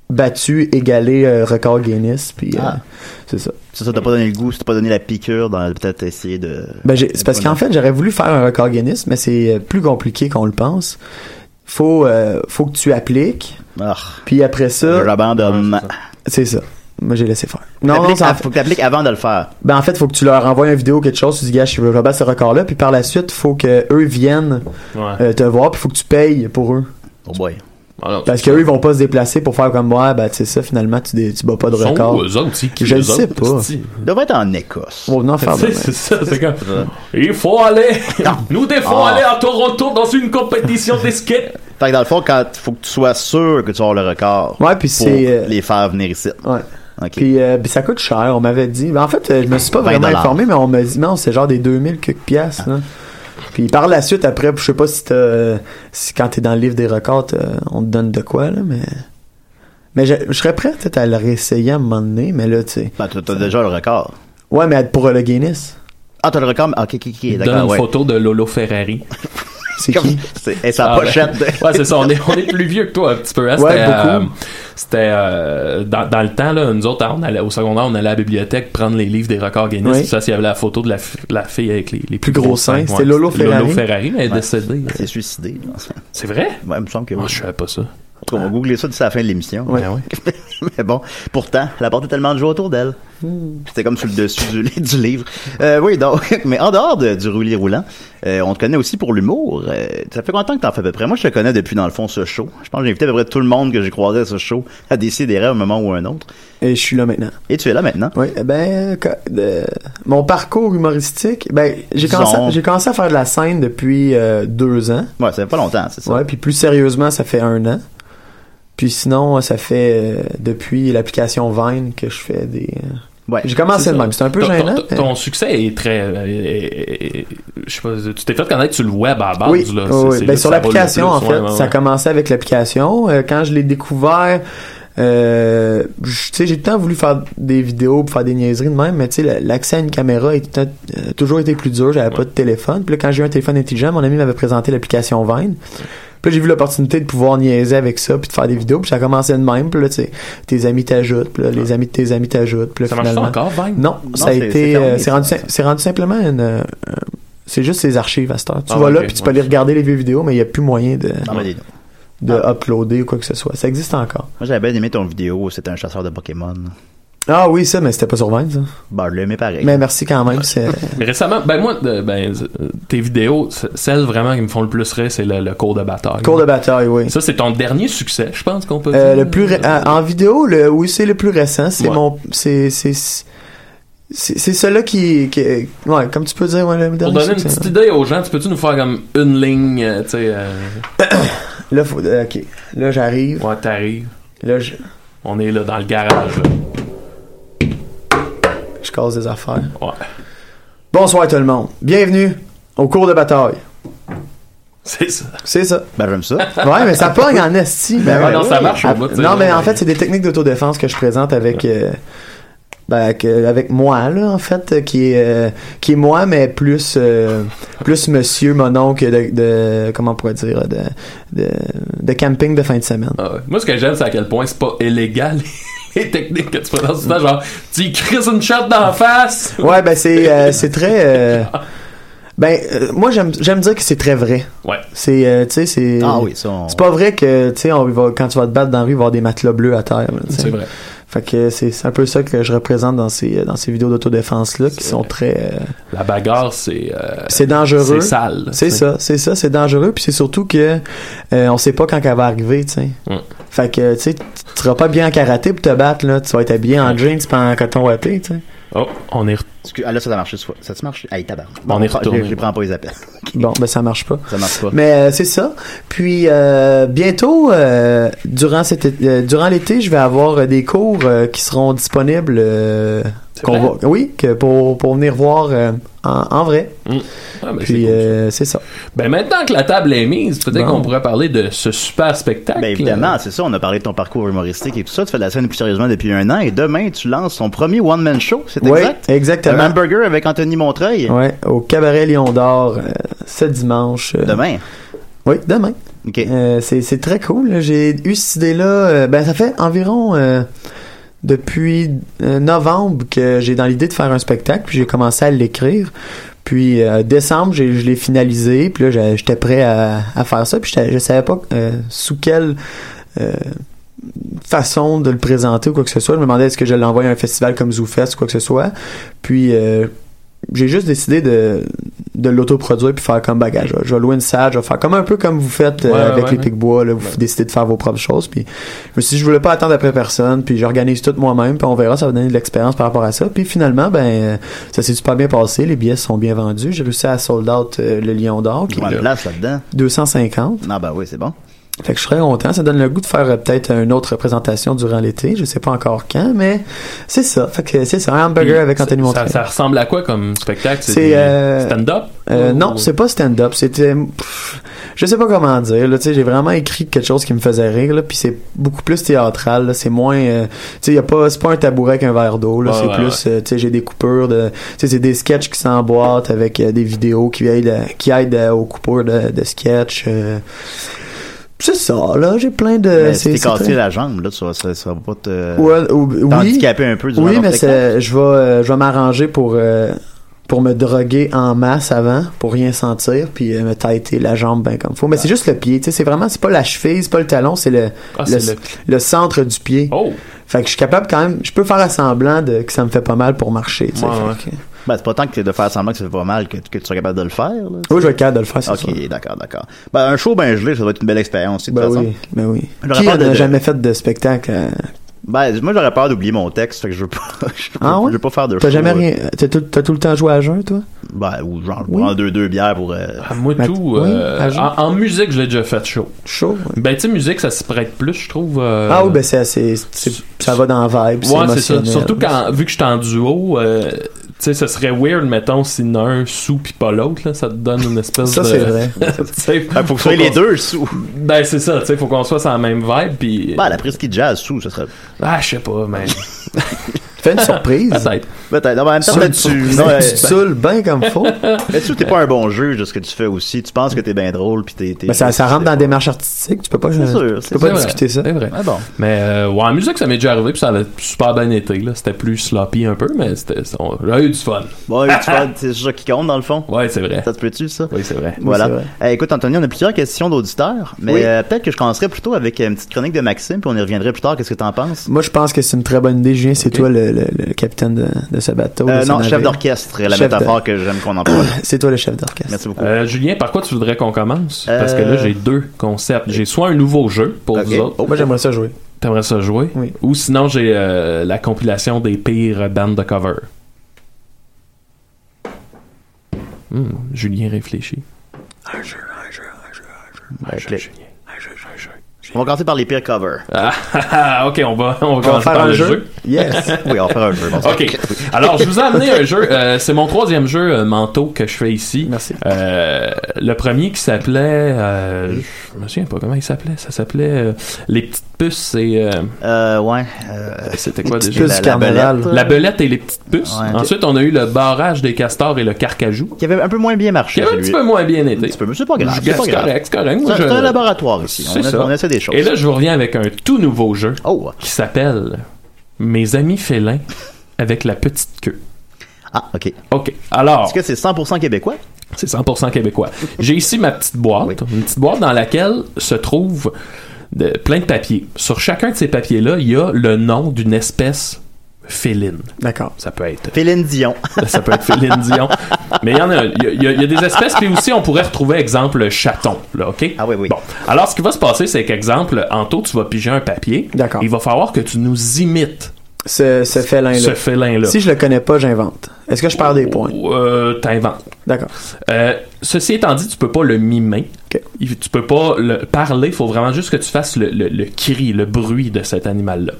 battu, égalé euh, record Guinness, puis euh, Ah. c'est ça. Ça, ça t'a pas donné le goût, ça t'a pas donné la piqûre dans peut-être essayer de. Ben, j'ai- c'est parce Voilà. qu'en fait, j'aurais voulu faire un record Guinness, mais c'est euh, plus compliqué qu'on le pense. Faut, euh, faut que tu appliques, Ah, puis après ça, J'abandonne. c'est ça. Moi, j'ai laissé faire. Non, Non, non, ça, faut que t'appliques avant de le faire. ben en fait, faut que tu leur envoies une vidéo quelque chose, tu dis gars, je veux rebattre ce record-là, puis par la suite, faut que eux viennent Ouais. euh, te voir, puis faut que tu payes pour eux, Oh boy. Alors, parce qu'eux ils vont pas se déplacer pour faire comme moi, ben c'est ça, finalement, tu, dé- tu bats pas de sont record. où, eux autres, c'est qui, Je eux le sais autres, pas. (laughs) c'est-tu? Il devrait être en Écosse. Ils vont venir faire (laughs) de C'est même. c'est ça, c'est comme. Il faut aller. (laughs) Nous Ah. devons aller à Toronto dans une compétition de skate. Fait que dans le fond, quand faut que tu sois sûr que tu as le record. Ouais, puis pour c'est, euh, les faire venir ici. Ouais. Ok. Puis, euh, puis ça coûte cher, on m'avait dit. Ben, en fait, euh, je me suis pas 20 vraiment informé, mais on m'a dit, non, c'est genre des 2000 quelques piastres. là. Puis par la suite, après, je sais pas si, t'as, euh, si quand t'es dans le livre des records, t'as- on te donne de quoi, là, mais... Mais je, je serais prêt peut-être à le réessayer à un moment donné, mais là, tu sais... Ben, t'as t'as déjà le record. Ouais, mais pour le Guinness, Ah, t'as le record. mais- Ok, ok, ok. Donne une D'accord, ouais. photo de Lolo Ferrari. c'est Comme- qui? (laughs) c'est- Et sa Ah, pochette. ben. Ouais, c'est ça. On est, on est plus vieux que toi un petit peu. hein. Ouais, C'était, euh, beaucoup. c'était euh, dans, dans le temps, là, nous autres, hein, on allait, au secondaire, on allait à la bibliothèque prendre les livres des records Guinness. Oui. Tout ça, s'il y avait la photo de la, fi- la fille avec les, les Plus gros seins. C'était ouais. Lolo Ferrari. mais elle est décédée. (laughs) C'est suicidé. là. C'est vrai? Ouais, il me semble que. Moi, je savais pas ça. En tout cas, On va googler ça d'ici la fin de l'émission. Ben Ouais. (laughs) Mais bon, pourtant, elle apportait tellement de joie autour d'elle. Hmm. C'était comme sur le dessus du, li- du livre. Euh, oui, donc, (laughs) mais en dehors de- du roulis roulant, euh, on te connaît aussi pour l'humour. Euh, ça fait combien de temps que t'en fais à peu près? Moi, je te connais depuis, dans le fond, ce show. Je pense que j'ai invité à peu près tout le monde que j'ai croisé à ce show à décider à un moment ou à un autre. Et je suis là maintenant. Et tu es là maintenant. Oui, eh ben, co- de- mon parcours humoristique, ben, j'ai Disons. commencé, j'ai commencé à faire de la scène depuis euh, deux ans. Ouais, ça fait pas longtemps, c'est ça? Ouais, puis plus sérieusement, ça fait un an. Puis sinon, ça fait euh, depuis l'application Vine que je fais des. euh, Ouais. J'ai commencé C'est de ça. même. C'est un peu Ton- ton- gênant. Ton, mais- ton succès est très. euh, euh, euh, je sais pas, tu t'es fait connaître sur le web à la base. oui, là. oui, C'est- oui. c'est Ben, là que ça sur roule le l'application, en plus. fait. Ouais, ouais, Ça a ouais. commencé avec l'application. Euh, quand je l'ai découvert, euh, je- tu sais, j'ai tout le temps voulu faire des vidéos pour faire des niaiseries de même, mais tu sais, la- l'accès à une caméra est tout- euh, toujours été plus dur. J'avais pas de téléphone. Puis là, quand j'ai eu un téléphone intelligent, mon ami m'avait présenté l'application Vine. Puis là, j'ai vu l'opportunité de pouvoir niaiser avec ça, puis de faire des vidéos, puis ça a commencé de même. Puis là, tu sais, tes amis t'ajoutent, puis là, les amis de tes amis t'ajoutent, puis là, Ça marche pas finalement... encore, Vine? Non, Non, ça a c'est- c'est été. terminé, euh, C'est ça, rendu, ça. sim- c'est rendu simplement une. euh, euh, c'est juste les archives à cette heure. Tu Ah, vas là, ok, puis tu ouais. peux aller regarder les vieilles vidéos, Ah, mais il n'y a plus moyen de, Non, mais dis donc. de uploader ou quoi que ce soit. Ça existe encore. Moi, j'avais bien aimé ton vidéo, c'était un chasseur de Pokémon. Ah oui, ça, mais c'était pas sur Vine, ça. Bah, je l'aimais pareil. Mais merci quand même. c'est- Mais récemment, ben moi, de- ben, euh, tes vidéos, c- celles vraiment qui me font le plus rire, c'est le, le cours de bataille. (laughs) Cours de bataille, oui. Ça, c'est ton dernier succès, je pense qu'on peut Euh, dire. le plus ré- euh, en vidéo, le, oui, c'est le plus récent. C'est Ouais. mon. C'est. C'est c'est- c'est celui-là qui, qui- Ouais, comme tu peux dire, ouais, le Pour dernier donner une succès, petite ouais. idée aux gens, tu peux-tu nous faire comme une ligne, euh, tu sais, euh, Là, faut- euh, ok. Là, j'arrive. ouais, t'arrives, Là, je, on est là dans le garage, là. je casse des affaires. Ouais. (laughs) Bonsoir tout le monde. Bienvenue au cours de bataille. C'est ça. C'est ça. Ben, j'aime (laughs) ça. Ouais, mais ça pogne en esti. ben Ah ouais. non, ça marche au Ah, bout. tu sais. non, mais en fait, c'est des techniques d'autodéfense que je présente avec, euh, ben, avec, euh, avec moi, là, en fait, euh, qui est, euh, qui est moi, mais plus, euh, plus monsieur, mon oncle de, de- comment on pourrait dire, de, de, de camping de fin de semaine. Ah ouais. Moi, ce que j'aime, c'est à quel point c'est pas illégal (laughs) les techniques que tu fais dans ce temps. Genre, tu y crisses une shot d'en face. Ouais, ben, c'est, euh, c'est très, euh, ben, euh, moi, j'aime, j'aime dire que c'est très vrai. Ouais. C'est, euh, tu sais, c'est, Ah oui, ça, on... c'est pas vrai que, tu sais, on va- quand tu vas te battre dans la rue, il va y avoir des matelas bleus à terre, là, tu sais. C'est vrai. Fait que c'est c'est un peu ça que je représente dans ces, dans ces vidéos d'autodéfense-là qui sont très... euh, La bagarre, c'est. euh, c'est dangereux. C'est sale. C'est ça, c'est ça, c'est dangereux. Puis c'est surtout que euh, on sait pas quand qu'elle va arriver, tu sais. Mm. Fait que, tu sais, tu tu seras pas bien en karaté pour te battre, là. Tu vas être habillé en jeans pis en coton watté, tu sais. Oh, on est. Excuse- Ah là, ça a marché. soit- Ça a marché? Hey, tabarnak. On est retourné. Je, je prends pas les appels. (laughs) Bon, ben ça marche pas. Ça marche pas. Mais euh, c'est ça. Puis euh, bientôt, euh, durant cet é- euh, durant l'été, je vais avoir euh, des cours euh, qui seront disponibles. euh, qu'on vrai? va- oui, que pour, pour venir voir euh, en, en vrai. Ah, ben, c'est Puis cool. euh, c'est ça. Ben maintenant que la table est mise, peut-être Bon. qu'on pourrait parler de ce super spectacle. Euh, Ben évidemment, c'est ça, on a parlé de ton parcours humoristique et tout ça, tu fais de la scène plus sérieusement depuis un an et demain tu lances ton premier one-man show, c'est Oui, exact? Un exactement. hamburger avec Anthony Montreuil. Ouais, au cabaret Lion d'Or euh, ce dimanche. euh, Demain. Oui, demain. OK. Euh, c'est c'est très cool. là. J'ai eu cette idée-là. euh, ben, ça fait environ euh, depuis euh, novembre que j'ai dans l'idée de faire un spectacle. Puis j'ai commencé à l'écrire. Puis euh, décembre, j'ai- je l'ai finalisé. Puis là, j'a- j'étais prêt à, à faire ça. Puis j'étais- je savais pas euh, sous quelle euh, façon de le présenter ou quoi que ce soit. Je me demandais est-ce que je l'envoie à un festival comme ZooFest ou quoi que ce soit. Puis euh, j'ai juste décidé de, de l'autoproduire puis faire comme bagage. Je vais- Je vais louer une salle, je vais faire comme un peu comme vous faites euh, Ouais, ouais, avec ouais, les ouais. Picbois, là, vous décidez de faire vos propres choses. Puis je me suis dit, je voulais pas attendre après personne, puis j'organise tout moi-même, puis on verra, ça va donner de l'expérience par rapport à ça. Puis finalement, ben euh, ça s'est super bien passé, les billets sont bien vendus. J'ai réussi à sold out euh, le Lion d'Or, qui Prends est la place là-dedans. 250. Non, ben oui, c'est bon. Fait que je serais content. Ça donne le goût de faire euh, peut-être une autre représentation durant l'été. Je sais pas encore quand, mais c'est ça. Fait que c'est ça. Un hamburger avec Anthony ça, Montreuil. ça ressemble à quoi comme spectacle C'est, du euh, stand-up Euh, Ou- non, c'est pas stand-up. C'était, pff, je sais pas comment dire. Là, tu sais, j'ai vraiment écrit quelque chose qui me faisait rire. Là, puis c'est beaucoup plus théâtral. là, C'est moins, euh, tu sais, y a pas, c'est pas un tabouret qu'un verre d'eau. Là, Ouais, c'est ouais, plus, euh, tu sais, j'ai des coupures de, tu sais, c'est des sketchs qui s'emboîtent avec euh, des vidéos qui aident, à- qui aident euh, aux coupures de, de sketch. euh. C'est ça. Là, j'ai plein de. Mais si t'es cassé très- la jambe, là, tu vas, ça, ça va pas te Ouais, ou- Euh, oui. t'handicaper un peu durant Oui, ton mais spectacle. c'est- je vais, euh, je vais m'arranger pour, euh, pour me droguer en masse avant, pour rien sentir, puis euh, me tâter la jambe bien comme Ah. faut. Mais c'est juste le pied, tu sais, c'est vraiment, c'est pas la cheville, c'est pas le talon, c'est le, Ah, le, c'est le... le centre du pied. Oh, Fait que je suis capable quand même, je peux faire à semblant de, que ça me fait pas mal pour marcher, tu sais. Ouais, fait que- Ben, c'est pas tant que de faire semblant que ça fait pas mal que, que tu sois capable de le faire. Là, Oui, je vais être capable de le faire, c'est sûr. ok, d'accord, d'accord. Ben, un show ben gelé, ça doit être une belle expérience aussi, de Ben toute façon. oui, ben oui. Le Qui rapport en de- a de- jamais fait de spectacle? euh, Ben, moi, j'aurais peur d'oublier mon texte, fait que je veux pas, (laughs) je veux, Ah ouais? je veux pas faire de T'as show, jamais euh, rien, t'as tout, t'as tout le temps joué à jeun, toi? Ben, ou genre, je Oui. prends deux, deux bières pour, euh, ah, moi Mais- tout. oui, euh, à jour. en, en musique, je l'ai déjà fait chaud. Chaud? ouais. Ben tu sais, musique, ça se prête plus, je trouve. euh, Ah oui, ben c'est assez, c'est- ça va dans la vibe, Ouais, c'est ça. émotionnel. Surtout quand, vu que je suis en duo, euh, tu sais, ce serait weird, mettons, si en a un sous pis pas l'autre, là, ça te donne une espèce Ça, de. c'est vrai. (laughs) Tu sais, (laughs) Ben, faut que ce soit qu'on- les deux sous. Ben, c'est ça, tu sais, faut qu'on soit sur la même vibe pis. Ben, la prise qui jazz sous, ce serait. Ah, je sais pas, mais. Fais (laughs) une surprise. Peut-être. Peut-être. Non, mais en même temps, Seul peut-être tu. tu non, euh, te saoules bien comme (laughs) faut. Ben, Mais tu t'es pas un bon juge de ce que tu fais aussi. Tu penses que t'es bien drôle, puis t'es. t'es- Mais Ben, ça, ça rentre dans la t'es- démarche artistique, tu peux pas, euh, C'est sûr, tu c'est peux pas C'est vrai, discuter ça. C'est vrai. Ah bon. Mais euh, ouais, en musique, ça m'est déjà arrivé, puis ça avait super bien été. Là. C'était plus sloppy un peu, mais c'était, on- j'ai eu du fun. Bon, tu vois, (laughs) c'est ça qui compte, dans le fond. Ouais, c'est vrai. Ça te peut-tu, ça? Oui, c'est vrai. Voilà. c'est vrai. Eh, écoute, Anthony, on a plusieurs questions d'auditeurs, mais Oui. euh, peut-être que je commencerai plutôt avec euh, une petite chronique de Maxime, puis on y reviendrait plus tard. Qu'est-ce que t'en penses? Moi, je pense que c'est une très bonne idée, Julien. C'est Ok. toi le, le- le capitaine de, de ce bateau. Euh, de ce non, chef navire. d'orchestre, la Chef de- métaphore que j'aime qu'on emploie. (coughs) C'est toi le chef d'orchestre. Merci beaucoup. Euh, Julien, par quoi tu voudrais qu'on commence? Parce que Euh, là, j'ai deux concepts. J'ai soit un nouveau jeu pour Ok. vous autres. Oh, Moi, j'aimerais ça jouer. T'aimerais ça jouer? Oui. Ou sinon, j'ai euh, la compilation des pires bandes de cover. Hmm, Julien réfléchit. Euh, Un jeu, un jeu, un jeu, un jeu. Un jeu, Julien. (laughs) Un jeu, un jeu. On va commencer par les pires covers. Ah, ah, ah, ok, on va, on va On va commencer faire par un le jeu. jeu. (laughs) Yes. Oui, on va faire un jeu. bon sang. OK. Alors, je vous ai amené un jeu. euh, c'est mon troisième jeu euh, manteau que je fais ici. Merci. Euh, le premier qui s'appelait... euh, je me souviens pas comment il s'appelait. Ça s'appelait euh, Les Petites Puces et... euh, Euh, ouais. euh, C'était quoi Les déjà? Petites Puces du carnaval. belette. La belette et les petites puces. Ouais. Ensuite, on a eu le barrage des castors et le carcajou, qui avait un peu moins bien qui marché. avait un celui- petit peu moins bien Un été. petit peu, mais c'est pas grave. C'est C'est pas grave. correct, c'est correct. Moi, C'est je- un laboratoire ici. On, C'est a- ça. on essaie des choses. Et là, je vous reviens avec un tout nouveau jeu Oh! qui s'appelle Mes amis félins avec la petite queue. Ah, ok. OK. Alors, Est-ce que c'est 100% québécois? c'est 100% québécois. J'ai ici ma petite boîte, Oui. une petite boîte dans laquelle se trouve de, plein de papiers. Sur chacun de ces papiers-là, il y a le nom d'une espèce féline. D'accord. Ça peut être Féline Dion. (laughs) ça peut être (laughs) Féline Dion. Mais il y en a, il y a- il y, a- il y a des espèces, puis aussi on pourrait retrouver exemple le chaton, là, ok Ah oui, oui. Bon, alors ce qui va se passer, c'est qu'exemple, Anto, tu vas piger un papier. D'accord. Il va falloir que tu nous imites Ce, ce félin-là. ce félin-là. Si je le connais pas, j'invente. Est-ce que je perds des points? Ou, euh, T'inventes. D'accord. Euh, ceci étant dit, tu peux pas le mimer. Ok. Il- Tu peux pas le parler. Il faut vraiment juste que tu fasses le, le, le cri, le bruit de cet animal-là.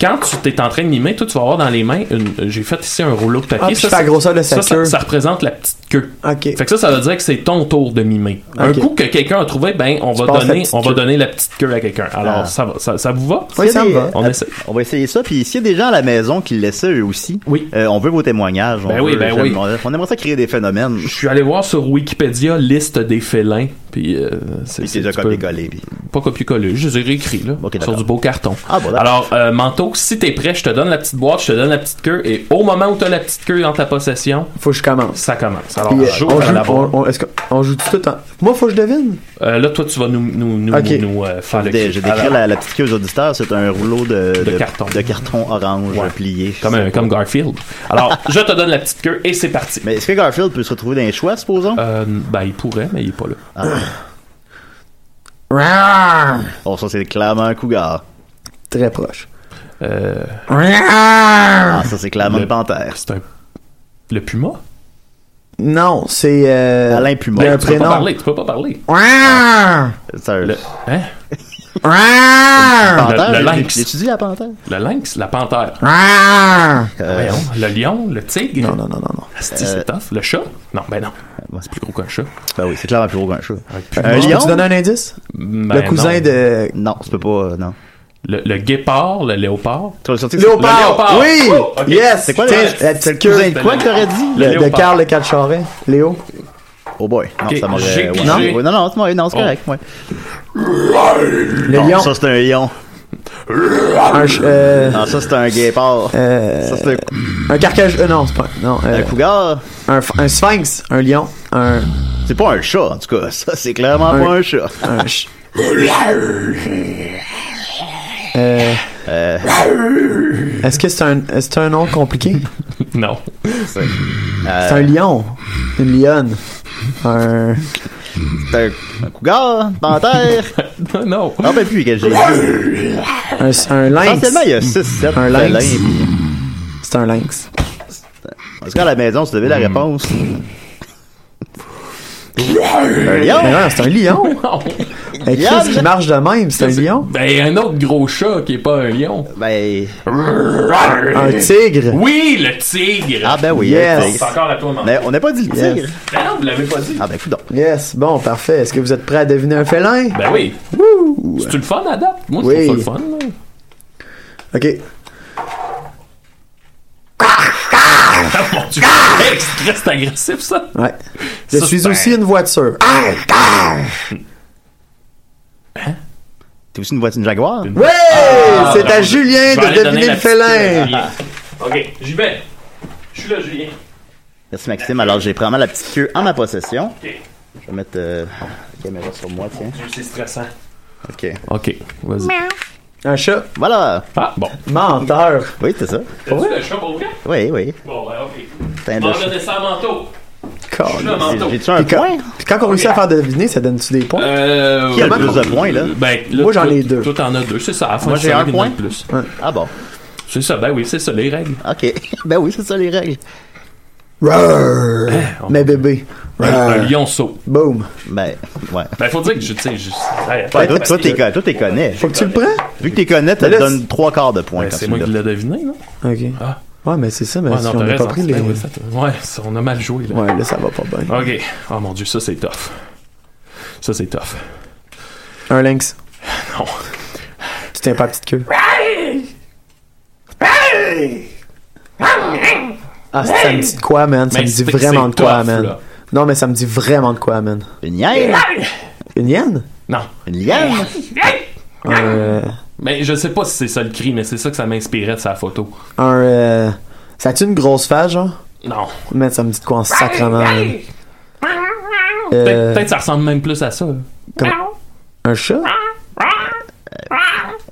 Quand tu t'es en train de mimer, toi, tu vas avoir dans les mains une. J'ai fait ici un rouleau de papier. Ah, puis je fais la grosseur de sa ça, ça- queue. ça représente la petite queue. Ok. Fait que ça, ça veut dire que c'est ton tour de mimer. Un Ok. coup que quelqu'un a trouvé, ben on va passes la donner, petite on va queue. donner la petite queue à quelqu'un. Alors Ah. ça va, ça, ça vous va S'il Oui, y a ça me des- va. On essaie. On va essayer ça. Puis s'il y a des gens à la maison qui le laissaient eux aussi, Oui. euh, on veut vos témoignages. on Ben oui, veut- ben j'aime- oui. On on aimerait ça créer des phénomènes. Je suis allé voir sur Wikipédia liste des félins, puis euh, c'est Puis c'est déjà tu peux- copié-collé. puis- Pas copier-coller, je les ai réécrits là, Ok, sur d'accord. du beau carton. Ah, bon, d'accord. Alors euh, Manteau, si t'es prêt, je te donne la petite boîte, je te donne la petite queue, et au moment où t'as la petite queue dans ta possession, Faut que je commence. ça commence. Alors Puis, euh, j'ouvre on, joue, Ah, la boîte. on- on- est-ce qu'on joue tout en... Moi, faut que je devine. Euh, là, toi, tu vas nous nous nous, Ok. nous, euh, faire le. Dé- cri. J'ai décrit Alors, la, la petite queue aux auditeurs, c'est un rouleau de, De carton. de carton orange Ouais. plié. Comme, un- comme Garfield. (laughs) Alors, je te donne la petite queue et c'est parti. Mais est-ce que Garfield peut se retrouver dans les choix, supposons? Euh, ben, il pourrait, mais il est pas là. Oh, ça, c'est clairement un cougar. Très proche. Euh, Ah, ça, c'est clairement Le- une panthère. c'est un. Le puma? Non, c'est... euh, Alain Puma. Il y a Ben, un tu peux pas prénom. parler, tu peux pas parler. Oh. C'est un- Le. Hein? panthère. le j'ai- lynx. j'ai- J'ai-tu dit la panthère? Le lynx, la panthère. Euh, Voyons, le lion, le tigre. Non, non, non, non, non. Asti, c'est tough. Le chat? Non, ben non. Ah, C'est plus gros qu'un chat. Ben oui, c'est clairement plus gros qu'un chat. Un puma. Un lion? Tu donnes un indice? Ben le cousin non. de... Non, tu peux pas, euh, non. Le, le guépard, le léopard. (laughs) Tu as sorti Le léopard. Oui! Oh, ok. Yes! C'est quoi Tiens, euh, le- la C'est le petite cousin queue? de quoi que t'aurais dit? Le Le- de léopard. Carl le Calcharet. Léo? Oh boy. Non, Ok, ça m'aurait. j'ai ouais. pigé. Non, ouais, non, non, c'est moi, non, c'est correct. ouais. Le Bon, lion? Ça, c'est un lion. Un, ch- euh, Non, ça, c'est un guépard. euh, Ça, c'est un, un carcage... euh, non, c'est pas... Non, euh, un cougar. un, f- un sphinx. Un lion. Un... C'est pas un chat, en tout cas. Ça, c'est clairement pas un chat. un ch- Euh, Est-ce que c'est un, est-ce que c'est un (laughs) nom compliqué? Non. Euh, C'est un lion. Une lionne. Un. C'est un, un cougar, une panthère. non, non. Non, ben plus, que j'ai dit. Un, un lynx. Essentiellement, il y a 6, 7 Un lynx. félins. C'est un lynx. Oh! En tout cas, à la maison, si tu avais la réponse. un lion? Mais non, c'est (laughs) un lion. Mais qu'est-ce qui marche de même? C'est Ah. un lion. Ben, un autre gros chat qui est pas un lion. Ben. Un tigre. Oui, le tigre! Ah, ben oui. Yes. un C'est tigre. encore à toi, Ben. Manteau. Mais on n'a pas dit le Yes. tigre. Ben non, vous l'avez pas dit. Ah, ben, coudonc. Yes. Bon, parfait. Est-ce que vous êtes prêts à deviner un félin? Ben oui. C'est-tu le fun à date? Moi, je Oui. trouve ça le fun. là. Ok. Mon Dieu, hey, c'est très- c'est agressif, ça. Ouais. Je Ça, suis c'est Ah! aussi un- une voiture. T'es aussi une voiture, une jaguar? Ouais! c'est à bravo. Julien Ah, Je vais aller de deviner donner la le félin. petite- Ah. Ok, j'y vais. Je suis là, Julien. Merci Maxime. Alors j'ai vraiment la petite queue en ma possession. Je vais mettre euh, la caméra sur moi, tiens. C'est stressant. Ok. Ok, vas-y. Un chat. Voilà. Ah, bon. Menteur. Oui, c'est ça. T'as-tu le chat pour vrai? Oui, oui. Bon, ben, ok. Putain On de va donner ça à manteau. Je suis Calme. là, manteau. J'ai-tu un Puis quand, point? puis quand on réussit à faire deviner, ça donne-tu des points? Euh. Qui a le plus de points, là? Ben, là, Moi, j'en toi- ai deux. Toi, t'en as deux, c'est ça. à la fin, Moi, tu j'ai en as un une point. de plus. Ah bon. C'est ça, ben oui, c'est (laughs) ça, les règles. Ok. Ben oui, c'est ça les règles. Roar. Euh, on- Mais bébé. Un lion saute. Boom. Ben, ouais. Ben, faut dire que je, tu sais, je- Hey, Ben, parce toi, que- t'es con- toi, t'es connais. Faut que tu le Ah. prends. Vu que t'es connais, ça Mais te là, donne trois quarts de points Ben, quand c'est tu moi qui l'as. l'ai deviné, non? Ok. Ah. Ouais, mais c'est ça, mais Ouais, si non, on t'as n'a raison. pas pris les. Ben, Ouais, ça- Ouais, ça, on a mal joué, là. Ouais, là, ça va pas bien. Ok. Oh mon dieu, ça c'est tough. Ça c'est tough. Un lynx. Non. Tu tiens pas la petite queue. Ah, ça me dit de quoi, man? Ça Mais me dit c'est que vraiment c'est de quoi, tough, man? là. Non, mais ça me dit vraiment de quoi, man? Une hyène, Une hyène? Non. une liane. Euh, Mais je sais pas si c'est ça le cri, mais c'est ça que ça m'inspirait de sa photo. un. Euh... Ça a-tu une grosse face, genre? Non. Man, ça me dit de quoi en sacrement, man? Euh, Peut- Peut-être que ça ressemble même plus à ça. un chat?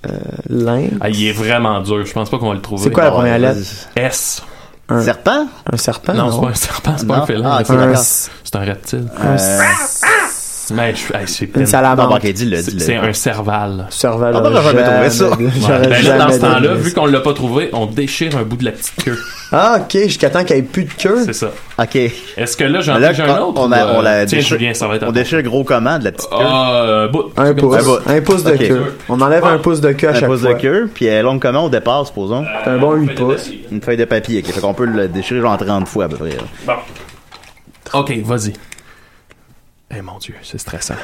Euh, lynx? Ah, il est vraiment dur. Je pense pas qu'on va le trouver. C'est quoi la première Ouais, lettre? S. Un- Euh, Serpent? Un serpent? Non, c'est pas un serpent, Euh, c'est pas Non. un félin. Ah, ok, un, d'accord. s- C'est un reptile. un s- Mais je hey, c'est peine. Ah. une Non, bah, salamandre. ok, dis-le, C'est dis-le. c'est un serval. Serval. Ah, bah, j'aurais jamais trouvé ça. Ouais. Ben là, dans ce jamais temps-là, donné vu ça. qu'on l'a pas trouvé, on déchire un bout de la petite queue. Ah, ok, jusqu'à temps qu'il n'y ait plus de queue. C'est ça. Ok. Est-ce que là, j'en Là, ai un autre? on ou, a, euh, on l'a Tiens, déchiré- Julien, ça va être à On toi. déchire gros comment de la petite queue? Ah, euh, bout. Un pouce. Un bout. Un pouce de Ok. queue. On enlève un pouce de queue à Un chaque pouce fois. de queue, puis elle longue comment au départ, supposons? Un bon 8 pouces. Une feuille de papier, ok. Fait qu'on peut le déchirer genre 30 fois à peu près. là. Bon. Ok, vas-y. Eh mon dieu, c'est stressant.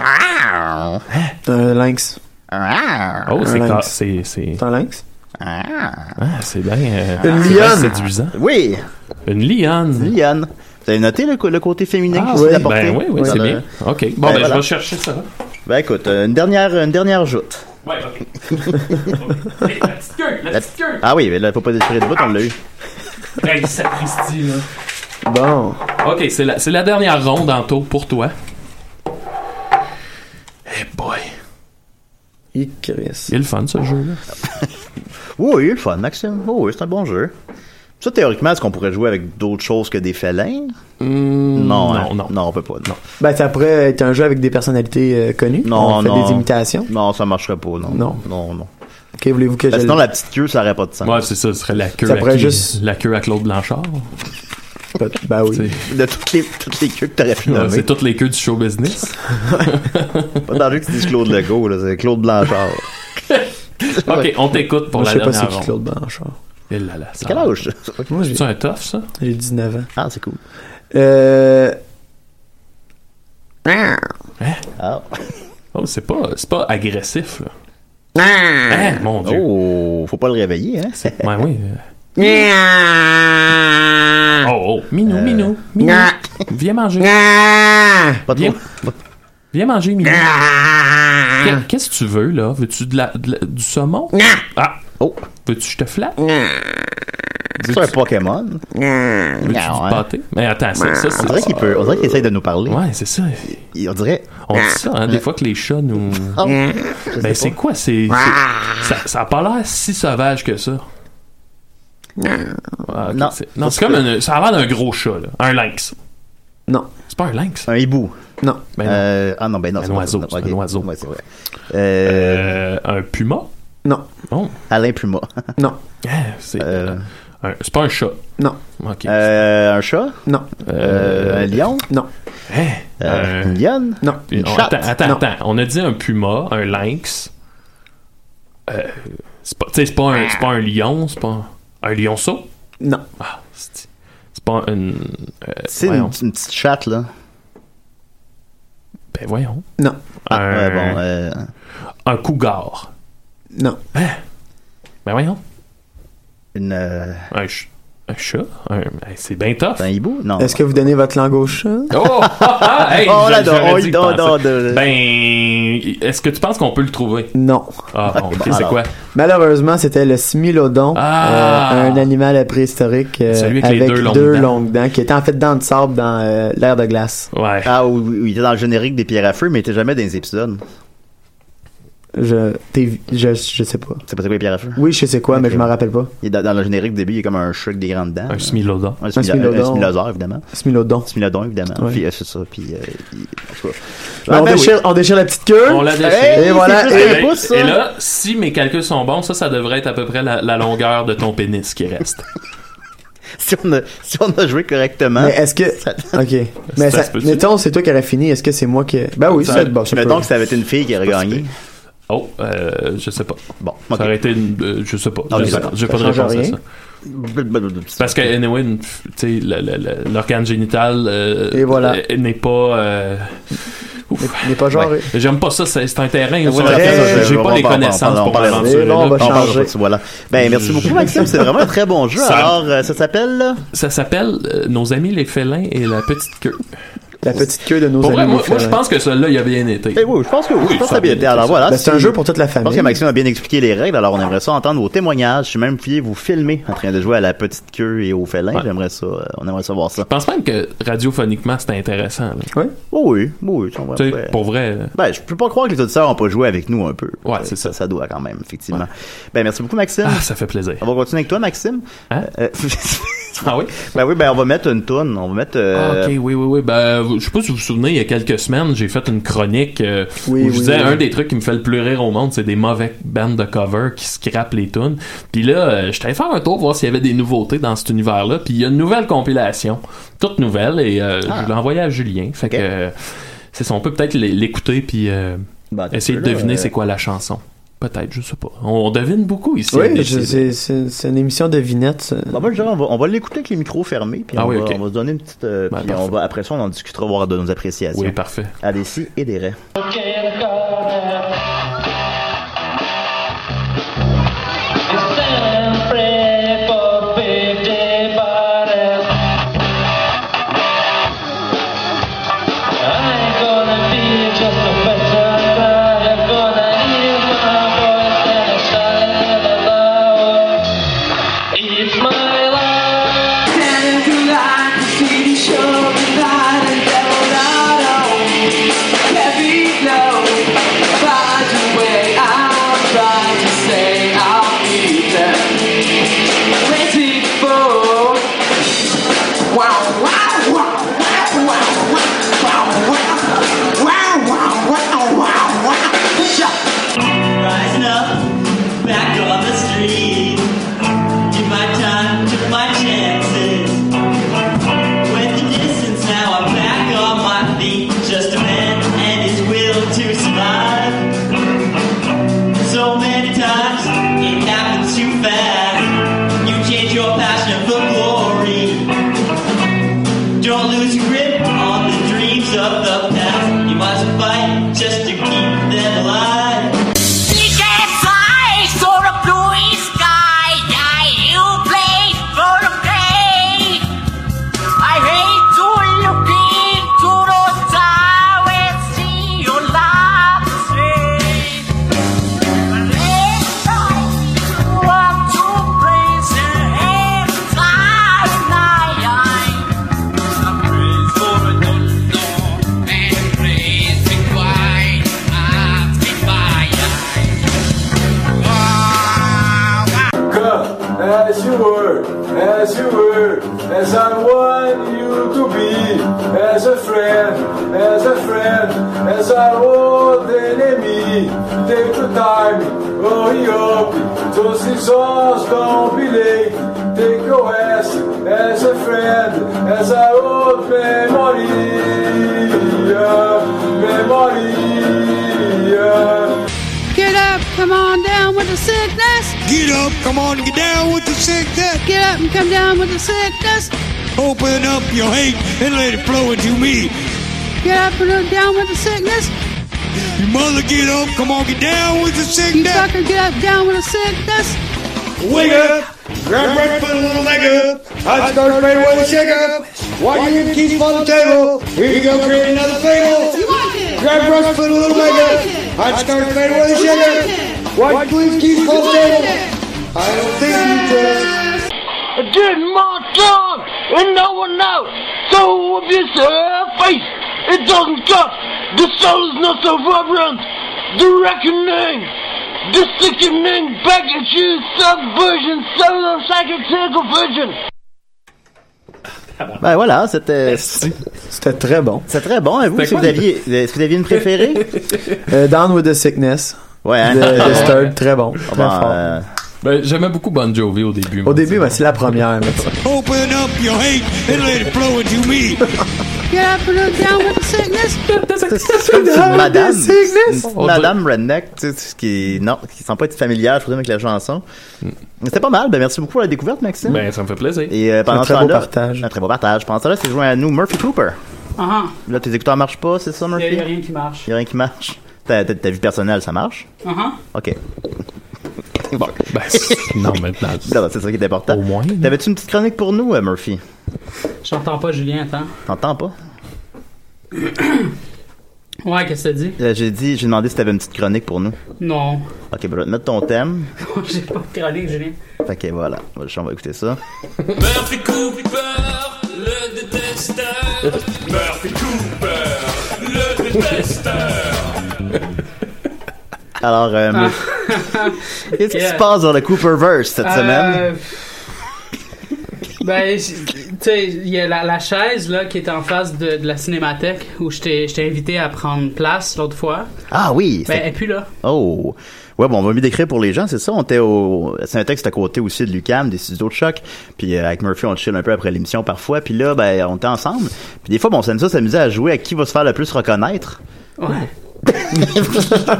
Un lynx. Oh, c'est Un ca- lynx. c'est c'est C'est un lynx? ah, c'est bien euh, Une c'est bien lionne. séduisant. Oui, Une lionne. Liliane. Vous avez noté le, co- le côté féminin Ah que j'essaie oui, d'apporter? Ben oui, oui, Dans c'est le- bien. Ok, bon Ben, ben, voilà. je vais chercher ça. là. Ben écoute, euh, une dernière, une dernière joute. Ouais, ok. Ok, La petite queue, la petite queue. Ah oui, mais là, faut pas déchirer de bout, on l'a eu. Hey, sapristi, là. Bon. Ok, c'est la c'est la dernière ronde en taux pour toi. Eh boy, Et Chris. il est le fun ce jeu là. Oui, oui, le fun, Maxime. Oh Oui, oui, c'est un bon jeu. Ça, théoriquement, est-ce qu'on pourrait jouer avec d'autres choses que des félins? non, Hmm, non, hein? non. Non, on peut pas. Non, Ben, ça pourrait être un jeu avec des personnalités euh, connues. non. On fait non. des imitations. Non, ça marcherait pas, non. Non. Non, non. Ok, voulez-vous que je. Ben, le- sinon, la petite queue, ça aurait pas de sens. Ouais, c'est ça, ce serait la queue Ça à pourrait qui? juste- la queue à Claude Blanchard. Ben oui. C'est- De toutes les, toutes les queues que t'aurais pu Ouais, nommer. c'est toutes les queues du show business. Pas dans le jeu que tu dis Claude Legault, là, c'est Claude Blanchard. Ah. Ok, on t'écoute pour Moi, la je sais pas c'est dernière qui ronde. Claude Blanchard. Eh là là, ça Quel va. âge? ça? Moi, j'ai C'est un tough, ça? j'ai 19 ans. Ah, c'est cool. Euh. Ah. Oh, c'est pas, c'est pas agressif, là. Hein, mon Dieu. Oh, faut pas le réveiller, hein? Ouais, oui. euh. Oh, oh. Minou, Minou, Minou. Viens manger. Pas trop. Viens, viens manger, Minou. Qu'est- Qu'est-ce que tu veux, là? Veux-tu de la, de la- du saumon? Ah! Oh, Veux-tu que je te flatte? c'est un Pokémon. Ah, Veux-tu ouais. du pâté? Mais attends, ça, ça On dirait c'est... qu'il peut, on dirait qu'il essaye de nous parler. Ouais, c'est ça. Il- On dirait, oh, On dit ça, hein, des fois que les chats nous... je Ben, sais c'est pas. quoi? C'est, Ah! c'est- ça, ça a pas l'air si sauvage que ça. Ah, ok, Non. c'est, non, c'est comme un, ça a l'air d'un gros chat, là. un lynx. Non. C'est pas un lynx. Un hibou. Non. Ben, non. Euh, ah non, ben non. Un c'est pas oiseau, ça. c'est un Ok. oiseau. Ouais, c'est vrai. Euh, Euh, un puma. Non. Oh. Alain Puma. Non. Ah, C'est, Euh, un- c'est pas un chat. Non. Ok. Euh, un chat. Non. Euh, un lion. Non. Eh, Euh, un- une lionne. Non. une on- chatte. attends, attends, Non. attends. On a dit un puma, un lynx. Euh, c'est pas, tu sais, c'est pas un, c'est pas un lion, c'est pas un, un lionceau. Non. Ah, c'est, c'est pas une. euh, C'est une, voyons. une petite chatte, là. Ben voyons. Non. Ah, un, ouais, bon, euh, un cougar. Non. Ben voyons. une, euh, Un, ch- un chat. Un, hey, c'est bien tough. un hibou? Non. Est-ce que vous donnez votre langue au chat? (laughs) Oh! ah, hey, (laughs) Oh, je- là, j'aurais non, dit oui, que non, pensais. non, de- Ben, est-ce que tu penses qu'on peut le trouver? Non. Ah, bon, ok, bon, c'est alors. quoi? Malheureusement, c'était le smilodon, Ah. euh, un animal préhistorique euh, Celui avec les avec deux longues dents. longues dents, qui était en fait dans le sable dans euh, l'air de glace. Ouais. Ah, oui, oui, il était dans le générique des pierres à feu, mais il était jamais dans les épisodes. Je, t'es- je, je sais pas. C'est pas c'est quoi les pierres à feu? Oui, je sais quoi, mais je m'en rappelle pas. Il est dans, dans le générique début, il est comme un chat avec des grandes dents. Un smilodon. Un smilo- smilodon. un smilosaure, évidemment. Smilodon. Smilodon, évidemment. Ouais. Puis, euh, c'est ça. Puis, euh, il- en tout cas. on, Ah, ben oui. (laughs) déchire, on déchire la petite queue. On l'a déchiré. Hey, Et c'est voilà, et- plus qu'un Et, pouce, ça. et là, si mes calculs sont bons, ça, ça devrait être à peu près la, la longueur de ton pénis qui reste. si, on a, si on a joué correctement. Mais euh, est-ce que. (laughs) Ok. Mais Ça ça- se peut-tu? mettons, c'est toi qui aurais fini. Est-ce que c'est moi qui. Ben oui, c'est bon. ça Mais peut- donc, ça avait été une fille qui aurait gagné. Oh, euh, je sais pas. Bon, Ça aurait ok. été une- euh, je sais pas. Ok, Je sais pas. d'accord. J'ai pas de Ça change réponse à rien. ça. Parce que, anyway, une- tu sais, le- le- le- l'organe génital euh, Et voilà. euh, n'est pas. euh, Il n'est pas genre. ouais. J'aime pas ça, c'est c'est un terrain sur Ouais, lequel ouais, j'ai ouais, pas on les parle- on connaissances parle- pour on parle- m'aventurer bon, là. on va On parle changer. pas de- Voilà. Ben, merci beaucoup, Maxime. C'est vraiment un très bon jeu. Ça- Alors, euh, ça s'appelle. là? Ça s'appelle euh, Nos amis les félins et la petite queue. La petite queue de nos Pour amis. vrai, moi, moi, félins. je pense que celui-là, il a bien été. Eh oui, je pense que oui. Oui, Je pense que ça ça a bien a été. bien Alors, été, voilà. Ben, c'est un si- jeu pour toute la Je pense famille. que Maxime a bien expliqué les règles, alors on aimerait ça entendre vos témoignages. Si même vous pouviez vous filmer en train de jouer à la petite queue et au félin, Ouais. j'aimerais ça, euh, on aimerait savoir ça. Je pense même que radiophoniquement, c'était intéressant. là. Oh oui, oh oui, on va- Tu sais, ouais. pour vrai. euh, là. Ben, je peux pas croire que les auditeurs ont pas joué avec nous un peu. Ouais, c'est ça. Ça doit quand même, effectivement. Ben, merci beaucoup, Maxime. Ah, ça fait plaisir. On va continuer avec toi, Maxime. Hein? Euh, (laughs) Ah oui? ben oui, ben on va mettre une toune. On va mettre. euh, Ah, ok, oui, oui, oui. Ben, vous- je sais pas si vous vous souvenez, il y a quelques semaines, j'ai fait une chronique euh, Oui, où je oui, disais oui. un des trucs qui me fait le plus rire au monde, c'est des mauvais bandes de cover qui scrapent les tunes. Puis là, euh, j'étais allé faire un tour voir s'il y avait des nouveautés dans cet univers-là. Puis il y a une nouvelle compilation, toute nouvelle, et euh, Ah. je l'ai envoyée à Julien. Fait que euh, c'est ça, on peut peut-être l'é- l'écouter puis euh, ben, essayer de là, deviner euh, c'est quoi la chanson. Peut-être, je sais pas. On, on devine beaucoup ici. à Oui, Décidé. je- c'est- c'est c'est une émission de vignettes. ben, moi, je dirais, on va, on va l'écouter avec les micros fermés, puis Ah on, oui, va, ok. on va se donner une petite. euh, Ben, puis on parfait. va, après ça, on en discutera, voir de nos appréciations. Oui, parfait. à des si et des raies. Rising up, back on the street. Give my time, took my chances. Went the distance, now I'm back on my feet. Just a man and his will to survive. So many times, it happens too fast. You change your passion for glory. Don't lose your grip on the dreams of the past. You must fight just to keep them alive. as you were, as you were, as I want you to be, as a friend, as a friend, as our old enemy. Take the time, hurry up, those results don't be late. Take your ass as a friend, as our old memory, yeah, memory. yeah. Get up, come on down with the sickness. Get up, come on, get down with the sickness. Get up and come down with the sickness. Open up your hate and let it flow into me. Get up and down with the sickness. Your mother, get up, come on, get down with the sickness. Fucker, get up, down with the sickness. Wake up, grab right foot, little leg up. I start right with a shake up. Why you keep on the table? Here you go, create another fable. Grab right foot, little leg up. I start right with a shake up. Why you please keep on the table? I don't think you can. did my job and no one knows. So if you face, it doesn't cut. The soul is not so vibrant. The reckoning, the sickening back at you, subversion, solar psychic circle vision. Ben voilà, c'était c'était C'était très bon. très bon. Et vous, si vous aviez, euh, est-ce que vous aviez une préférée Euh, Down with the sickness Ouais. hein? (laughs) de, de Sturt, très bon. Très Bon, fort. euh, Ben, j'aimais beaucoup Bon Jovi au début. Au début, ben, c'est la première. mais tu- Open up your hate and let it flow (laughs) into me. Get up and look down with the sickness. C'est comme une madame. une petite On madame redneck, tu sais, tu sais, qui, non, qui semble pas être familière, je trouve, avec la chanson. C'était pas mal. Ben, merci beaucoup pour la découverte, Maxime. Ben, ça me fait plaisir. Et euh, pendant Un ce très beau temps-là- partage. Un très beau partage. Pendant ce temps-là, c'est joint à nous Murphy Cooper. Ah Là, tes écouteurs marchent pas, c'est ça, ah, Murphy? y a, y a rien qui marche. Y a rien qui marche. Ta, ta- ta vie personnelle, ça marche? Ah ah. Ok. bon. ben, non, (laughs) maintenant. Non, c'est ça qui est important. Au moins. T'avais-tu une petite chronique pour nous, euh, Murphy? J'entends pas Julien, attends. T'entends pas? Ouais, qu'est-ce que t'as dit? Euh, j'ai dit, j'ai demandé si t'avais une petite chronique pour nous. Non. Ok, ben, je vais te mettre ton (laughs) thème. J'ai pas de chronique, Julien. Ok, voilà. On va écouter ça. Murphy Cooper, le détesteur. Murphy Cooper, le détesteur. Alors, euh, Ah. (laughs) qu'est-ce qui Yeah. se passe dans le Cooperverse cette Euh, semaine? Ben, j- tu sais, il y a la, la chaise là qui est en face de, de la cinémathèque où je t'ai je t'ai invité à prendre place l'autre fois. Ah oui! Ben, c'est- elle pue là. Oh! Ouais, bon, on va mieux décrire pour les gens, c'est ça. On était au. C'est un texte à côté aussi de Lucam, des studios de choc. Puis euh, avec Murphy, on chill un peu après l'émission parfois. Puis là, ben, on était ensemble. Puis des fois, bon, on s'aime ça s'amuser à jouer à qui va se faire le plus reconnaître. Ouais. (laughs)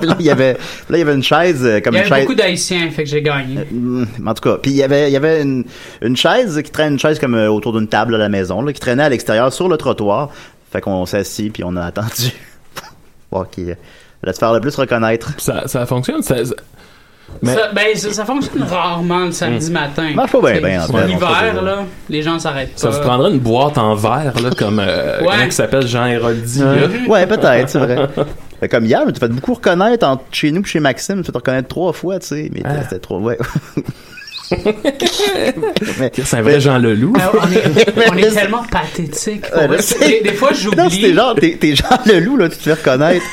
là, il y avait, là, il y avait une chaise euh, comme Il y une avait chaise. beaucoup d'Haïtiens, Hein, fait que j'ai gagné. Mm, En tout cas, puis il y avait, il y avait une, une chaise qui traîne, une chaise comme euh, autour d'une table à la maison, là, qui traînait à l'extérieur sur le trottoir. Fait qu'on s'est assis puis on a attendu. (laughs) bon, qui euh, allait se faire le plus reconnaître. Ça, ça fonctionne. Ça, ça- Mais- Ça, ben, ça, ça fonctionne rarement le samedi Mm. matin. Marche pas bien, C'est- bien, en c'est fait, on L'hiver, fait- là, les gens s'arrêtent pas. ça vous prendrait une boîte en verre, là, comme. Euh, euh, Ouais. Comment il s'appelle Jean Héroldi, là. ouais, peut-être, c'est vrai. Fait comme hier, mais tu fait beaucoup reconnaître entre chez nous et chez Maxime. Tu fais te reconnaître trois fois, tu sais. Mais Ah. t'as- c'était trop. (laughs) Ouais. mais, c'est un vrai Jean Leloup. Ah, on est, on est Mais- tellement pathétique. Ouais, je sais. Des, des fois, j'oublie. Non, c'est genre, t'es, t'es genre le loup, là, tu te fais reconnaître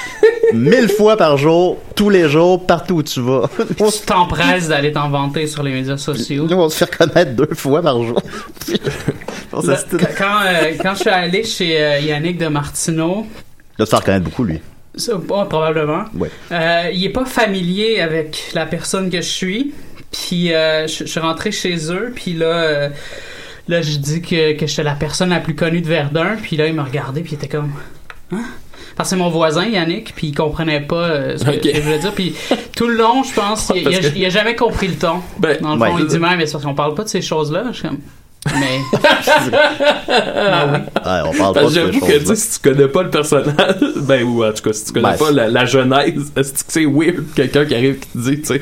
mille fois par jour, tous les jours, partout où tu vas. Oh. On se Tu t'empresses d'aller t'en vanter sur les médias sociaux. Nous, on se fait reconnaître deux fois par jour. (laughs) on Là, s'assit- quand- quand, euh, quand je suis allé chez euh, Yannick de Martineau, Là, tu te reconnaître beaucoup, lui. ça, ouais, probablement, Ouais. euh, il est pas familier avec la personne que je suis. Puis euh, je je suis rentré chez eux, puis là, euh, là je dis que, que j'étais la personne la plus connue de Verdun. Puis là, il m'a regardé, puis il était comme... Hein? Parce que c'est mon voisin, Yannick, puis il comprenait pas euh, ce, que, Ok. ce que je voulais dire. Puis tout le long, je pense, il, il a, Parce que- il a jamais compris le ton. Ben, Dans le ouais. fond, il dit même, mais c'est parce qu'on parle pas de ces choses-là. Je suis comme... (laughs) Mais... Ouais, Ah, on parle pas Parce de que ces J'avoue que tu choses-là. sais, si tu connais pas le personnage, (laughs) ben ou en tout cas si tu connais Ben, pas c'est- la, la genèse, est-ce que c'est weird quelqu'un qui arrive qui te dit, tu sais,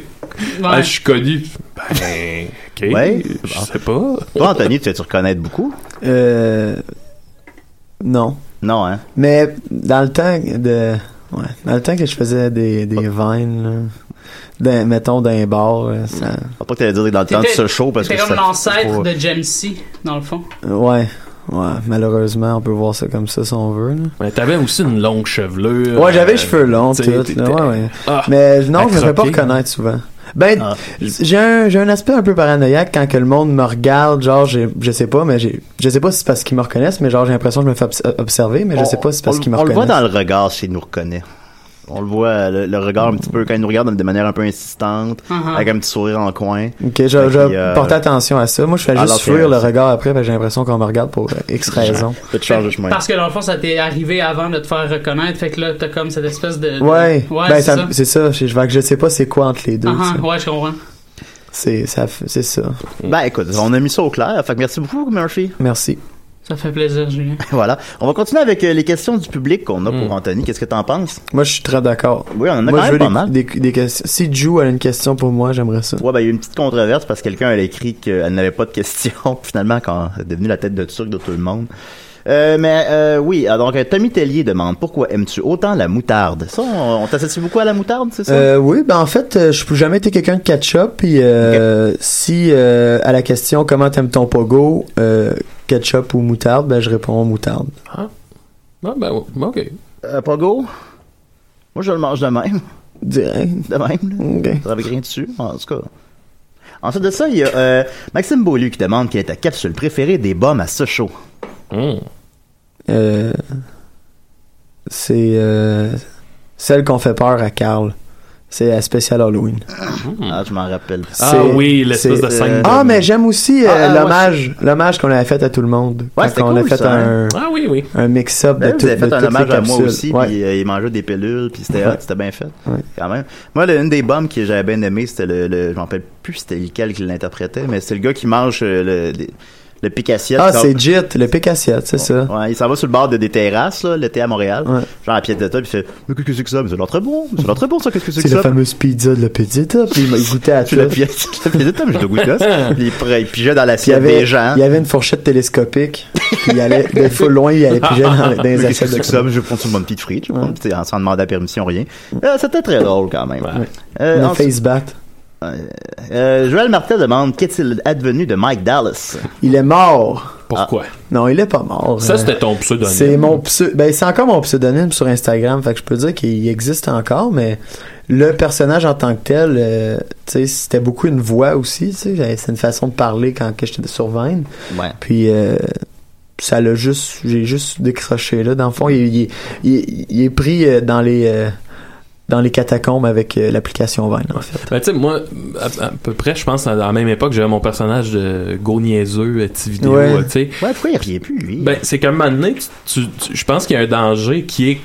ah, je suis connu, ben, ok, Ouais. je sais pas. Toi, Anthony, tu vas te reconnaître beaucoup? Euh, non. Non, hein? Mais dans le temps de. Ouais, dans le temps que je faisais des, des vines, là, dans- mettons dans un bar, là, ça. Faut pas que t'allais dire dans le temps de T'étais- ce show parce que t'étais comme ça- l'ancêtre de Jamesy, dans le fond. Ouais, ouais, malheureusement, on peut voir ça comme ça si on veut. là. Mais t'avais aussi une longue chevelure. Ouais, j'avais euh, les cheveux longs, tu tout. sais, là, t'étais- ouais, ouais. Ah, Mais non, je me fais pas accroqué. reconnaître souvent. Ben, j'ai un, j'ai un aspect un peu paranoïaque quand que le monde me regarde, genre, j'ai- je sais pas, mais j'ai, je sais pas si c'est parce qu'ils me reconnaissent, mais genre, j'ai l'impression que je me fais obs- euh, observer, mais je sais pas si c'est parce on- qu'ils me On le reconnaissent. voit dans le regard s'il nous reconnaît. On le voit, le, le regard un petit peu, quand il nous regarde de manière un peu insistante, Uh-huh. avec un petit sourire en coin. Ok, je, Fait je qu'il, euh, porte attention à ça. Moi, je fais alors juste que- fuir le regard après, parce que j'ai l'impression qu'on me regarde pour euh, X raison. Peut te changer de chemin. Parce que dans le fond, ça t'est arrivé avant de te faire reconnaître. Fait que là, t'as comme cette espèce de. de- Ouais, ouais, ben, c'est ça- ça. c'est ça. Je, je vois que je sais pas c'est quoi entre les deux. Ah, ah, tu sais. ouais, je comprends. C'est ça, f- c'est ça. Ben écoute, on a mis ça au clair. Fait que merci beaucoup, Murphy. (laughs) Merci. Ça fait plaisir, Julien. Voilà. On va continuer avec euh, les questions du public qu'on a pour Anthony. Qu'est-ce que t'en penses? Moi, je suis très d'accord. Oui, on en a Hmm. Moi, quand même je veux pas des- mal. des, des questions. Si Ju a une question pour moi, j'aimerais ça. Ouais, ben, il y a eu une petite controverse parce que quelqu'un elle a écrit qu'elle n'avait pas de questions. (laughs) Puis finalement, quand elle est devenue la tête de turc de tout le monde. Euh, mais euh, oui, alors, donc euh, Tommy Tellier demande pourquoi aimes-tu autant la moutarde? Ça, on, on t'associe beaucoup à la moutarde, c'est ça? Euh, oui, ben en fait, euh, je n'ai jamais été quelqu'un de ketchup. Puis euh, si euh, à la question comment t'aimes ton pogo, euh, ketchup ou moutarde, ben je réponds moutarde. Ah, ben, ouais, ben, ok. Euh, Pogo? Moi, je le mange de même. (laughs) Direct. De même. là. Ok. Avec rien dessus, en tout cas. Ensuite de ça, il y a euh, Maxime Beaulieu qui demande quelle est ta capsule préférée des bombes à Sochaux. Euh, c'est euh, celle qu'on fait peur à Carl. C'est la spéciale Halloween. Ah, je m'en rappelle. C'est- c'est- Ah, mais j'aime aussi euh, l'hommage, l'hommage qu'on avait fait à tout le monde. Ouais, Quand c'était on cool, a fait ça, hein. un, Ah oui, oui. un mix-up Ben, de, vous tout, avez de fait un toutes hommage les à moi capsules. aussi, Ouais. puis euh, il mangeait des pilules, puis c'était hot, Ouais. c'était bien fait. Quand même. Moi, le- une des bombes que j'avais bien aimé, c'était le, le- je m'en rappelle plus c'était lequel qui l'interprétait, mais c'est le gars qui mange euh, le, le, le pic assiette. Ah, Ça- c'est hein. Jit, le pic assiette, c'est ça. Ouais, il s'en va sur le bord de, des terrasses, là, l'été à Montréal. Genre à pied de puis il fait Mais qu'est-ce que c'est que ça Mais c'est de l'entrebon, c'est de l'entrebon, ça, qu'est-ce que c'est que C'est ça la fameuse pizza de la Petit Top. Il il (laughs) goûtait à tout. Puis la pièce, la pièce de table, j'ai le goût de (laughs) gosse. Puis il pr- il pigeait dans Il y, l'assiette avait, des gens. il y avait une fourchette télescopique, puis il allait de full loin, il allait piger dans, dans Mais les qu'est-ce que assiettes c'est de que ça? Je vais prendre une bonne petite frite, je vais prendre, tu sais, sans demander la permission, rien. Euh, C'était très drôle quand même. Euh, Le ensuite- face-bat. Euh, euh, Joël Martel demande qu'est-il advenu de Mike Dallas Il est mort. Pourquoi Non, il est pas mort. Ça, Euh, c'était ton pseudonyme. Ah. C'est mon pseu- ben, c'est encore mon pseudonyme sur Instagram, fait que je peux dire qu'il existe encore, mais le personnage en tant que tel, euh, tu sais, c'était beaucoup une voix aussi, tu sais, j'avais- c'est une façon de parler quand que j'étais sur Vine. Ouais. Puis euh, ça l'a juste, j'ai juste décroché là. Dans le fond, il, il- il- il est pris euh, dans les euh, dans les catacombes avec euh, l'application Vine en fait. Ben, tu sais, moi, à, à peu près, je pense, à la même époque, j'avais mon personnage de go niaiseux, euh, petit vidéo, Ouais. euh, tu sais. Ouais, pourquoi il riait plus, lui? Ben, c'est qu'à un moment donné, tu- tu- tu- je pense qu'il y a un danger qui est.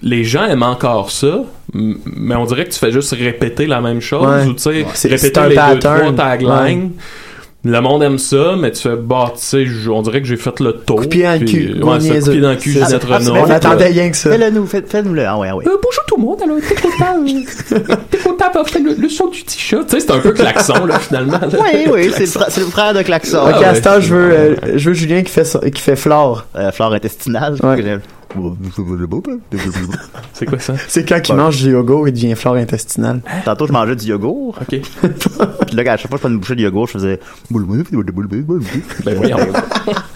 Les gens aiment encore ça, m- mais on dirait que tu fais juste répéter la même chose, Ouais. ou tu sais, Ouais. C'est- c'est répéter un les deux, trois pattern. taglines. Le monde aime ça, mais tu fais, bah, tu sais, je- on dirait que j'ai fait le tour. Coup de pied dans le puis- cul, ouais, go c'est un coup de niaiseux. pied dans le cul, C'est- Ginette ah, c'est- Renault. on puis, attendait euh, rien que ça. Fais-le nous, fais- fais-nous le. Ah ouais, ah (laughs) ouais. bonjour tout le monde, alors euh, après le, le son du t-shirt. Tu sais, c'est un peu klaxon, là, finalement. là. Oui, oui, c'est le, fra- c'est le frère de Klaxon. Ah, ok, à ce temps, je veux euh, je veux Julien qui fait ça- qui fait flore. Euh, flore intestinale. Ouais. C'est quoi ça? C'est quand il Ouais. mange du yogourt, il devient flore intestinale. Tantôt, je mangeais du yogourt. OK. Puis là, à chaque fois que je prenais une bouchée de yogourt, je faisais. Ben voyons.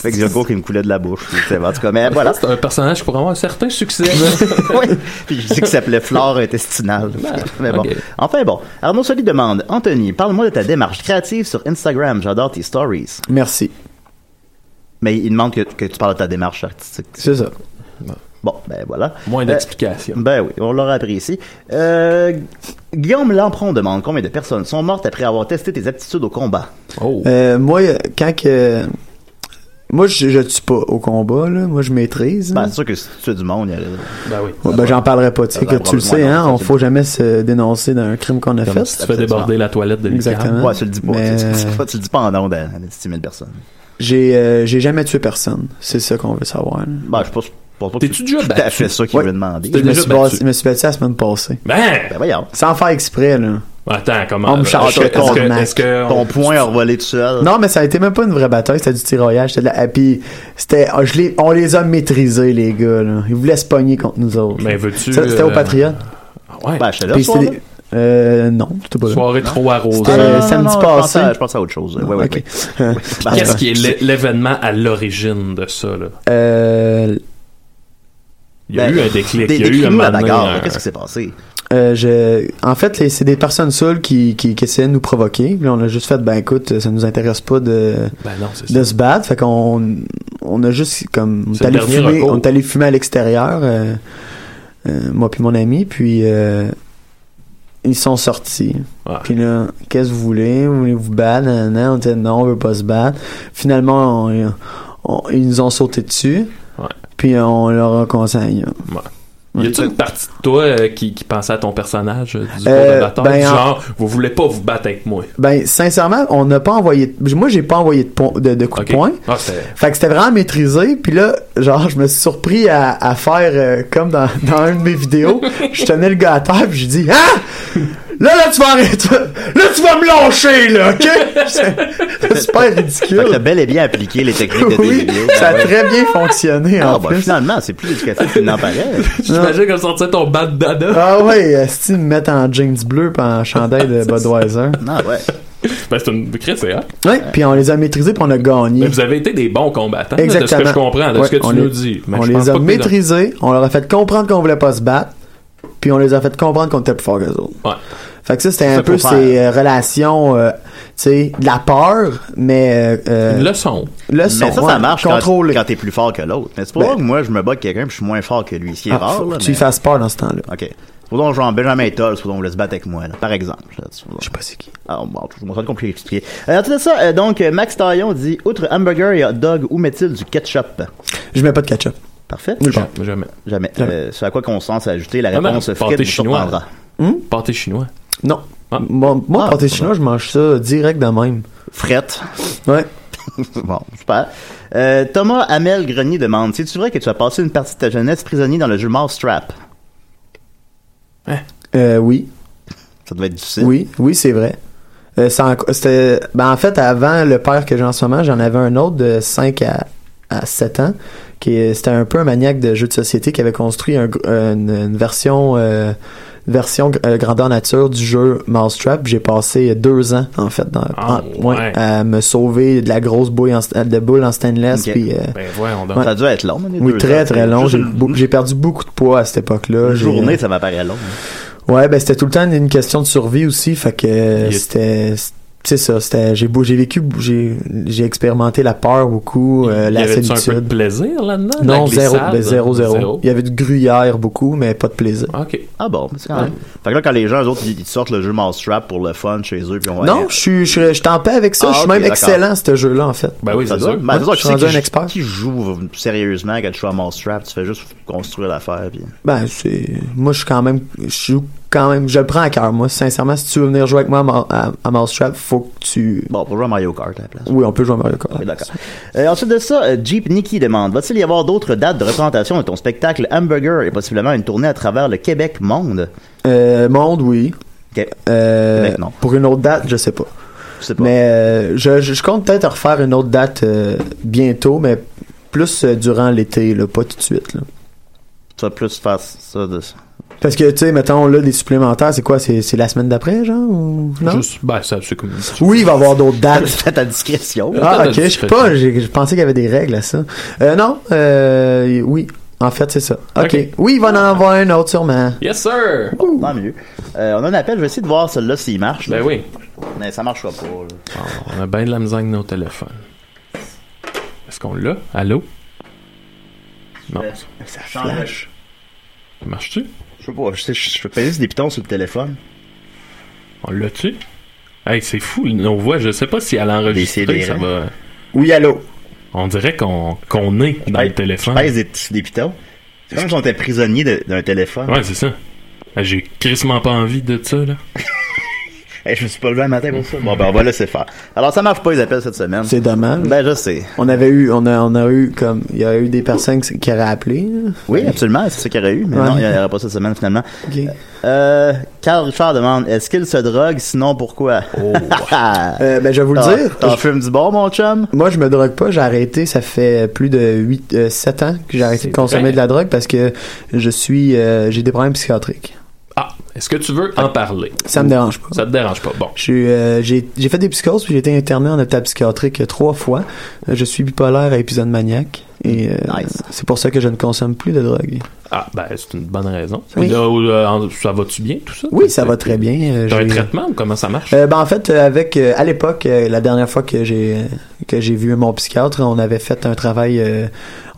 Avec du yogourt qui me coulait de la bouche. tu sais, En tout cas, mais voilà. (laughs) C'est un personnage qui pourrait avoir un certain succès. oui. Puis je dis qu'il s'appelait flore intestinale. Mais bon. Ah, ok. Enfin bon. Arnaud Soli demande Anthony, parle-moi de ta démarche créative sur Instagram. J'adore tes stories. Merci. Mais il demande que, que tu parles de ta démarche artistique. C'est ça. Bon, ben voilà. Moins Euh, d'explications. ben oui, on l'aura appris ici. Euh, Guillaume Lampron demande combien de personnes sont mortes après avoir testé tes aptitudes au combat. Oh. Euh, moi, quand que. Moi, je, je tue pas au combat, là. Moi, je maîtrise. Ben, là. c'est sûr que si tu es du monde, il y a... Ben oui. Ouais, ben, j'en parlerai pas, tu sais, Ça que va, tu le sais, probablement, hein. non, On ça, faut jamais se dénoncer d'un crime qu'on a Comment fait. tu Tu fais déborder la toilette de l'UQAM. Exactement. Ouais, tu le dis pas. Mais- Tu, tu- tu- tu le dis pas en ondes à à 6 000 personnes. J'ai, euh, j'ai jamais tué personne. C'est ça qu'on veut savoir, là. Ben, je pense, je pense pas que T'es-tu tu déjà as battu? fait ça qu'il Ouais. veut demander. T'es Je me, déjà suis bat- battu? je me suis battu la semaine passée. Ben! Ben, voyons. Ah, Sans faire exprès, là. Attends, comment? euh, On me charge Ah, Est-ce que- le est-ce que- cornac. Est-ce que. Ton on- point a revolé tout seul. Non, mais ça a été même pas une vraie bataille, c'était du tiraillage. C'était de la... ah, puis c'était... ah, je les- On les a maîtrisés, les gars, là. Ils voulaient se pogner contre nous autres. Mais veux-tu, Ça, C'était au euh, Patriote. Ouais. Ben, j'étais là, Puis ce soir-là. c'était... Euh, non, c'était pas là. Soirée trop arrosée. C'était- Ah, non, non, samedi non, je pensais à- passé. Je pensais à autre chose. Ouais, ouais, (laughs) Ok. ouais. Euh, Ben, Qu'est-ce ben, qui est l'é- l'événement à l'origine de ça, là? euh, Il y a ben, eu un déclic. dé- Il y a eu un décris-nous la moment donné, bagarre. un- Qu'est-ce qui s'est passé? euh, je... En fait, les- c'est des personnes seules qui, qui, qui essayaient de nous provoquer. Puis là, on a juste fait, ben écoute, ça nous intéresse pas de, Ben non, c'est de ça. se battre. Fait qu'on on a juste comme on C'est est allé le dernier fumer, recours. on est allé fumer à l'extérieur, euh, euh, moi puis mon ami, puis euh, ils sont sortis. Ouais. Puis là, qu'est-ce que vous voulez Vous voulez vous battre Nanana. On disait non, on veut pas se battre. Finalement, on- on- ils nous ont sauté dessus. Ouais. Puis on leur a conseillé. Y a-tu une partie de toi euh, qui, qui pensait à ton personnage euh, du Euh, cours de bataille? ben, en- genre, vous voulez pas vous battre avec moi? Ben sincèrement, on n'a pas envoyé. de- Moi, j'ai pas envoyé de, pon- de, de coup Ok. de poing. Ah, c'est- Fait que c'était vraiment maîtrisé. Puis là, genre, je me suis surpris à, à faire euh, comme dans, (laughs) dans une de mes vidéos. Je tenais le gars à terre, puis je dis Ah! Là, là, tu vas arrêter. Là, tu vas me lâcher, là, OK? C'est super Fait que t'as ridicule. bel et bien appliqué les techniques de tes (laughs) Oui, vidéos. ça a Ben ouais. très bien fonctionné, Ah, en ben, plus. finalement, c'est plus éducatif qu'il n'en paraît. J'imagine qu'on sortait ton bandana. Ah ouais, si me mettre en jeans bleu pis en (laughs) chandail de Budweiser. Non, ouais. Ben, c'est une crise, c'est hot. Ouais, puis on les a maîtrisés puis on a gagné. Mais vous avez été des bons combattants, là, de ce Exactement. que je comprends, de Ouais, ce que tu on nous les- dis. Mais on je pense les pas a que t'es dans- maîtrisés, on leur a fait comprendre qu'on voulait pas se battre, puis on les a fait comprendre qu'on était plus fort que les autres. Ouais. Fait que ça, c'était ça un peu qu'on ces euh, relations, euh, tu sais, de la peur, mais euh, hein, Une leçon. leçon, Mais ça, ouais, ça marche quand, contrôlée. quand t'es plus fort que l'autre. Mais c'est pas Ben- vrai que moi, je me bats avec quelqu'un puis je suis moins fort que lui. C'est Ah, rare, faut là, que tu mais- y fasses peur dans ce temps-là. OK. Faut donc jouer en Benjamin Toll, faut donc le se battre avec moi, là, par exemple. Je sais pas c'est qui. Ah, bon, je me rends compte que j'ai expliqué. Euh, en tout cas, ça, euh, donc, euh, Max Taillon dit Outre hamburger et hot dog, où met-il du ketchup Je mets pas de ketchup. Parfait. Nulle part. Jamais. Jamais. Euh, ce à quoi qu'on sent s'ajouter la Ah, mais réponse non, frite pâté vous chinois. Hum? surprendra. Pâté chinois. Non. Bon, Ah, moi, pâté chinois, je mange ça direct de même. Frette. Ouais. bon, super. Euh, Thomas Amel Grenier demande C'est-tu vrai que tu as passé une partie de ta jeunesse prisonnier dans le jeu Mousetrap Euh, oui. Ça devait être difficile. Oui, oui, c'est vrai. Euh, c'est en- c'était, ben, en fait, avant le père que j'ai en ce moment, j'en avais un autre de 5 à, à 7 ans, qui euh, c'était un peu un maniaque de jeux de société qui avait construit un gr- euh, une, une version, euh, une version gr- euh, grandeur nature du jeu Mousetrap. J'ai passé deux ans, en fait, dans- Ah, en- ouais, à me sauver de la grosse bouille en sta- de boule en stainless. Ok. Puis, euh, Ben, voyons donc. ouais. Ça a dû être long, hein, les Oui, deux très, ans. très long. Juste J'ai une- beau- J'ai perdu beaucoup de poids à cette époque-là. Une J'ai- euh, journée, ça m'apparaît long. hein. Ouais, ben c'était tout le temps une question de survie aussi, fait que euh, Il est- c'était c'est ça, c'était j'ai beau- j'ai vécu j'ai j'ai expérimenté la peur beaucoup, euh, Il y la avait un peu de solitude. plaisir là-dedans? non, La zéro, glissade? ben, zéro, zéro, Zéro. Il y avait de gruyère beaucoup, mais pas de plaisir. OK. Ah bon, c'est quand Ouais. même. Fait que là, quand les gens, eux autres, ils ils sortent le jeu Mousetrap pour le fun chez eux, puis on va. Non, je suis je suis- je suis en paix avec ça, Ah, je suis ok, même d'accord. excellent à ce jeu-là en fait. Ça doit- ben, Ouais, c'est sûr, je qui suis c'est rendu qui un jou- expert. Qui joue sérieusement quand tu joues à Mousetrap, tu fais juste construire l'affaire, puis. Ben c'est moi je suis quand même je joue quand même je le prends à cœur moi, sincèrement si tu veux venir jouer avec moi à, Mar- à, à Mousetrap, faut que tu Bon, pour jouer à Mario Kart à la place. Oui, on peut jouer à Mario Kart. Oui, d'accord. Euh, ensuite de ça, euh, Jeep Nikki demande Va-t-il y avoir d'autres dates de représentation de ton spectacle Hamburger et possiblement une tournée à travers le Québec monde Euh, monde, oui. Euh, Québec, non. Pour une autre date, je sais pas. Mais euh, je, je- je compte peut-être refaire une autre date euh, bientôt, mais plus euh, durant l'été, là, pas tout de suite. là. Tu vas plus faire ça de ça. Parce que, tu sais, mettons, là, les supplémentaires, c'est quoi C'est c'est la semaine d'après, genre ou... Non Juste, ben, ça, c'est comme. Oui, il va y avoir (laughs) d'autres dates. C'est à ta discrétion. ah, ok, je sais pas, j'ai- je pensais qu'il y avait des règles à ça. Euh, non, euh, oui, en fait, c'est ça. ok. Oui, il va en avoir un autre sûrement. Yes, sir! Bon, tant mieux. Euh, on a un appel, je vais essayer de voir celui-là s'il marche. Ben oui. Mais ça marchera pas. là. On a bien de la misère avec nos téléphones. Est-ce qu'on l'a? Allô? Non. Ça flash. Ça Marche-tu? Je sais pas, je, sais, je peux peser sur des pitons sur le téléphone. On l'a-tu? Hey, c'est fou, nos voix. Je sais pas si à l'enregistrer, Décidérez. ça va. Oui, allô? On dirait qu'on qu'on est dans le téléphone. Ah. Pèse des, sur des pitons. C'est comme si on était prisonnier de- d'un téléphone. Ouais, c'est ça. Ah, J'ai crissement pas envie de ça, là. Hey, je me suis pas levé un matin pour ça. Bon, ben on va laisser faire. Alors, ça marche pas les appels cette semaine. C'est dommage. Ben, je sais. On avait eu, on a, on a eu comme, il y a eu des personnes qui, qui auraient appelé. là. Oui, absolument, c'est ça qu'il y aurait eu, mais Ouais. non, il n'y aurait pas cette semaine finalement. Ok. Euh, Carl Richard demande Est-ce qu'il se drogue Sinon, pourquoi (laughs) Euh, ben, je vais vous T'en- Oh. le dire. t'en fumes du bon, mon chum? Moi, je me drogue pas. J'ai arrêté. Ça fait plus de 8, 7 ans que j'ai arrêté de consommer vrai. de la drogue parce que je suis, euh, j'ai des problèmes psychiatriques. Ah, est-ce que tu veux en parler? Ça me dérange pas. Ça te dérange pas. Bon. Je suis, euh, J'ai j'ai fait des psychoses puis j'ai été interné en hôpital psychiatrique euh, trois fois. Euh, Je suis bipolaire à épisode maniaque et euh, c'est pour ça que je ne consomme plus de drogue. Ah, ben, c'est une bonne raison. Oui. Là, euh, en- ça va-tu bien, tout ça? Oui, ça va très bien. Euh, T'as un j'ai- traitement ou comment ça marche? Euh, ben en fait, euh, avec euh, à l'époque, euh, la dernière fois que j'ai euh, que j'ai vu mon psychiatre, on avait fait un travail, euh,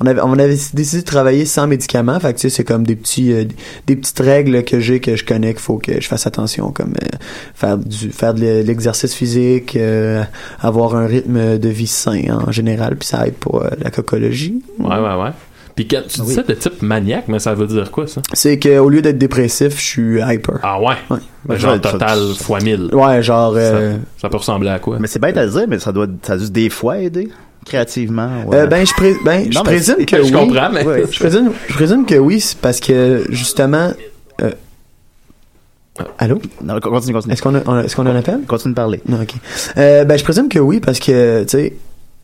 on avait on avait décidé de travailler sans médicaments. Fait que tu sais, c'est comme des petits euh, des petites règles que j'ai que je connais qu'il faut que je fasse attention, comme euh, faire du faire de l'e- l'exercice physique, euh, avoir un rythme de vie sain en général, puis ça aide pour euh, la cocologie. Ouais, ouais, ouais. Puis quand tu dis Ben, Oui. ça de type maniaque, mais ça veut dire quoi, ça? C'est que au lieu d'être dépressif, je suis hyper. Ah ouais? Ouais. Genre Ouais, ça- total fois 1000. Ouais, genre. euh, Ça peut ressembler à quoi? Mais c'est bête à dire, mais ça doit ça a dû des fois aider créativement. ouais. Euh, ben, je, pré- ben, je Non, mais présume c'est- que je oui. comprends, mais- Ouais, je, présume, je présume que oui, c'est parce que, justement... euh, Allô? Non, continue, continue. Est-ce qu'on a, on a- est-ce qu'on a un appel? Continue de parler. Non, OK. Euh, ben, je présume que oui, parce que, tu sais...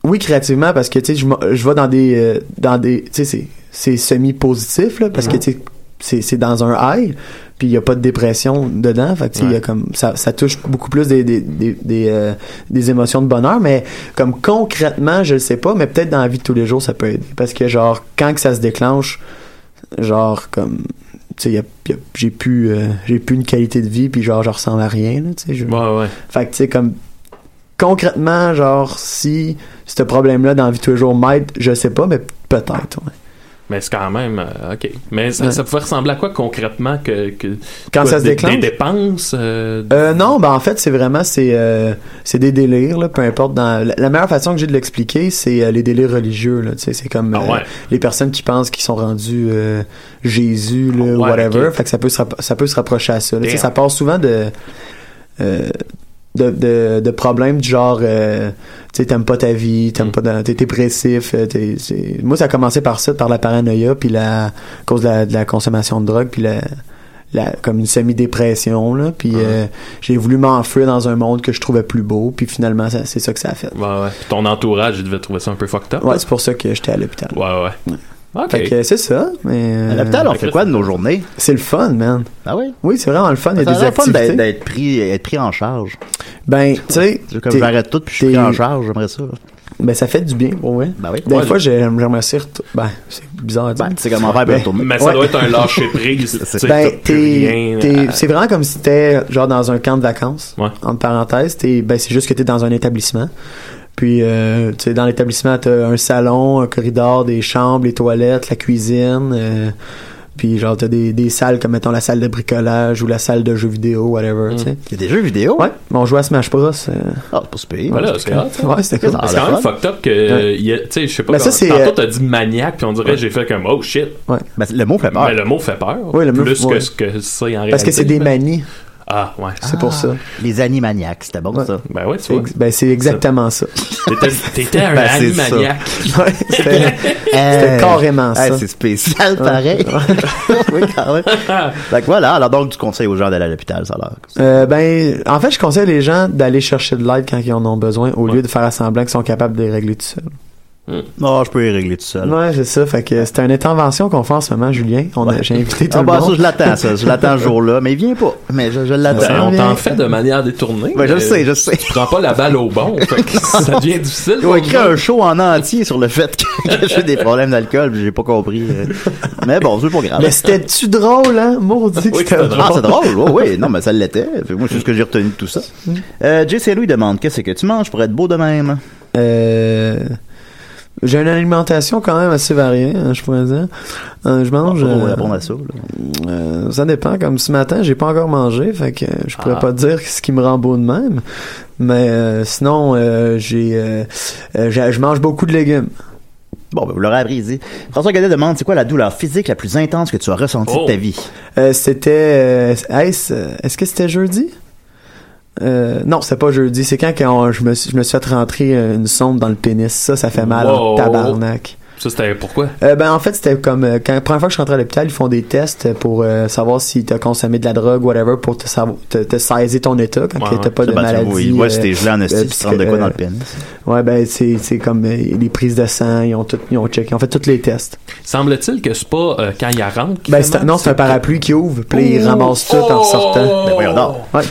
Oui, créativement, parce que, tu sais, je m'en- je vais dans des... euh, dans des tu sais, c'est- c'est semi-positif, là, parce que, tu sais, c'est c'est dans un high, puis il n'y a pas de dépression dedans. Fait que, tu sais, il y a comme... Ça, ça touche beaucoup plus des, des, des, des, euh, des émotions de bonheur, mais comme concrètement, je le sais pas, mais peut-être dans la vie de tous les jours, ça peut aider. Parce que, genre, quand que ça se déclenche, genre, comme... Tu sais, y a- y a- j'ai plus, euh, j'ai plus une qualité de vie, puis genre, je ressemble à rien, là, tu sais. je- Fait que, tu sais, comme... Concrètement, genre, si ce problème-là dans la vie de tous les jours m'aide, je sais pas, mais peut-être, ouais. Mais c'est quand même. euh, OK. Mais ça, Ouais. ça pouvait ressembler à quoi concrètement que. que- Quand quoi, ça se des- déclenche? Des dépenses. euh, Euh, non, ben en fait, c'est vraiment c'est euh, c'est des délires là, peu importe dans la, la meilleure façon que j'ai de l'expliquer, c'est euh, les délires religieux là, tu sais, c'est comme Ah euh, ouais. les personnes qui pensent qu'ils sont rendus euh, Jésus là, whatever, fait que ça peut se rapp- ça peut se rapprocher à ça, là. Tu sais, Ah Damn. ça part souvent de euh, de, de, de problèmes du genre euh, tu sais t'aimes pas ta vie Mm. t'aimes pas ta- t'es dépressif euh, t'es- c'est- moi ça a commencé par ça par la paranoïa puis la à cause de la, de la consommation de drogue puis la, la- comme une semi dépression là Ah. puis euh, j'ai voulu m'enfuir dans un monde que je trouvais plus beau puis finalement ça- c'est ça que ça a fait Ouais, ouais. Puis ton entourage, il devait trouver ça un peu fucked up. ouais c'est pour ça que j'étais à l'hôpital Ouais, ouais. Ok. Fait que c'est ça mais euh, À l'hôpital, on fait quoi de nos journées? c'est le fun man Ah oui? oui c'est vraiment le fun il y a Ça a des l'air fun activités d'être- d'être pris, être pris en charge. ben tu sais C'est Comme t'es- j'arrête tout puis je suis t'es- pris en charge, j'aimerais ça. ben ça fait du bien pour vrai Ben oui. Des Ouais, fois, j'ai- j'aimerais ça retou- Ben, c'est bizarre. à dire. Ben, tu sais comment faire pour Ben, retourner. Mais ça ouais. doit être un lâcher (laughs) prise. tu sais, Ben, t'as plus t'es- rien t'es- à- c'est vraiment comme si t'étais genre dans un camp de vacances. Entre parenthèses, t'es- ben, c'est juste que t'es dans un établissement. Puis, euh, tu sais, dans l'établissement, t'as un salon, un corridor, des chambres, les toilettes, la cuisine. euh, puis, genre, t'as des, des salles comme, mettons, la salle de bricolage ou la salle de jeux vidéo, Mm. whatever, tu sais. Il y a des jeux vidéo? Ouais. Mais on jouait à Smash Bros. euh. Ah, c'est pas ce pays. Voilà, c'est cool. hot, ça. (laughs) Ouais, c'était cool. C'est quand même fucked up que. euh, il y a- Tu sais, je sais pas. Ben, ça, comment- c'est, Tantôt, euh, t'as dit maniaque, puis on dirait, j'ai fait comme, oh shit. Ouais. Ben, le mot fait peur. Mais le mot fait peur. Oui, le mot- Plus que ouais. ce que c'est en réalité. Parce que c'est des manies. Ah, ouais. C'est pour ça. Les animaniacs, c'était bon ça. Ben ouais, tu C'est vois. ex- Ben, c'est exactement ça. T'étais- (laughs) T'étais un Ben, c'est ça. animaniac. (laughs) Ouais, c'était c'était carrément ça. Hey, euh, c'est spécial pareil. (laughs) oui, quand même. Fait que voilà, alors donc tu conseilles aux gens d'aller à l'hôpital, ça a l'air. Euh, ben, en fait, je conseille les gens d'aller chercher de l'aide quand ils en ont besoin au lieu de faire à semblant qu'ils sont capables de les régler tout seul. Non, Ah, je peux y régler tout seul. Ouais, c'est ça. Fait que c'était une intervention qu'on fait en ce moment, Julien. On a- J'ai invité tout Ah le bah monde. ça, je l'attends, ça. Je l'attends ce jour-là. Mais il vient pas. Mais je, je l'attends. Ben, on t'en fait de manière détournée. Ben, je mais le sais, je le sais. Tu prends pas la balle au bon. fait (laughs) que ça devient difficile. Ils ont écrit un show en entier sur le fait (laughs) que j'ai des problèmes d'alcool, puis j'ai pas (laughs) compris. euh. Mais bon, c'est pas grave. Mais c'était-tu drôle, hein? Maudit que c'était drôle. Ah, c'est drôle, oui, oui. Non, mais ça l'était. Fait que Moi, c'est ce que j'ai retenu de tout ça. Mm. Euh, JC Louis demande Qu'est-ce que tu manges pour être beau de même Euh, J'ai une alimentation quand même assez variée, hein, je pourrais dire. Euh, je mange. Pas pour euh, répondre à Ah, ça. là. Euh, ça dépend. Comme ce matin, j'ai pas encore mangé, fait que je pourrais Ah. pas te dire ce qui me rend beau de même. Mais euh, sinon, euh, j'ai, euh, euh, j'ai- je mange beaucoup de légumes. Bon, ben, vous l'aurez appris. ici. François Godet demande C'est quoi la douleur physique la plus intense que tu as ressentie Oh. de ta vie Euh, c'était, euh, est-ce, euh, est-ce que c'était jeudi? Euh, non, c'était pas jeudi. C'est quand, qu'on- je, me suis, je me suis fait rentrer euh, une sonde dans le pénis. Ça, ça fait mal en Wow. tabarnak. Ça, c'était pourquoi? Euh, ben en fait c'était comme euh, quand la première fois que je suis rentré à l'hôpital ils font des tests pour euh, savoir si t'as consommé de la drogue whatever pour te savoir te, te saisir ton état quand Ouais, t'as pas ça, de ben, tu maladie vois, ils voient si t'es gelé en esti, euh, puis tu te rentres de quoi dans le pénis. ouais ben c'est c'est comme euh, les prises de sang ils ont tout ils ont checké ils ont fait tous les tests Semble-t-il que c'est pas euh, quand il rentre. qu'il ben fait c'est un- mal, non c'est un parapluie qui ouvre puis ils Oh! Ouh. ramassent tout en sortant Ben voyons donc. ouais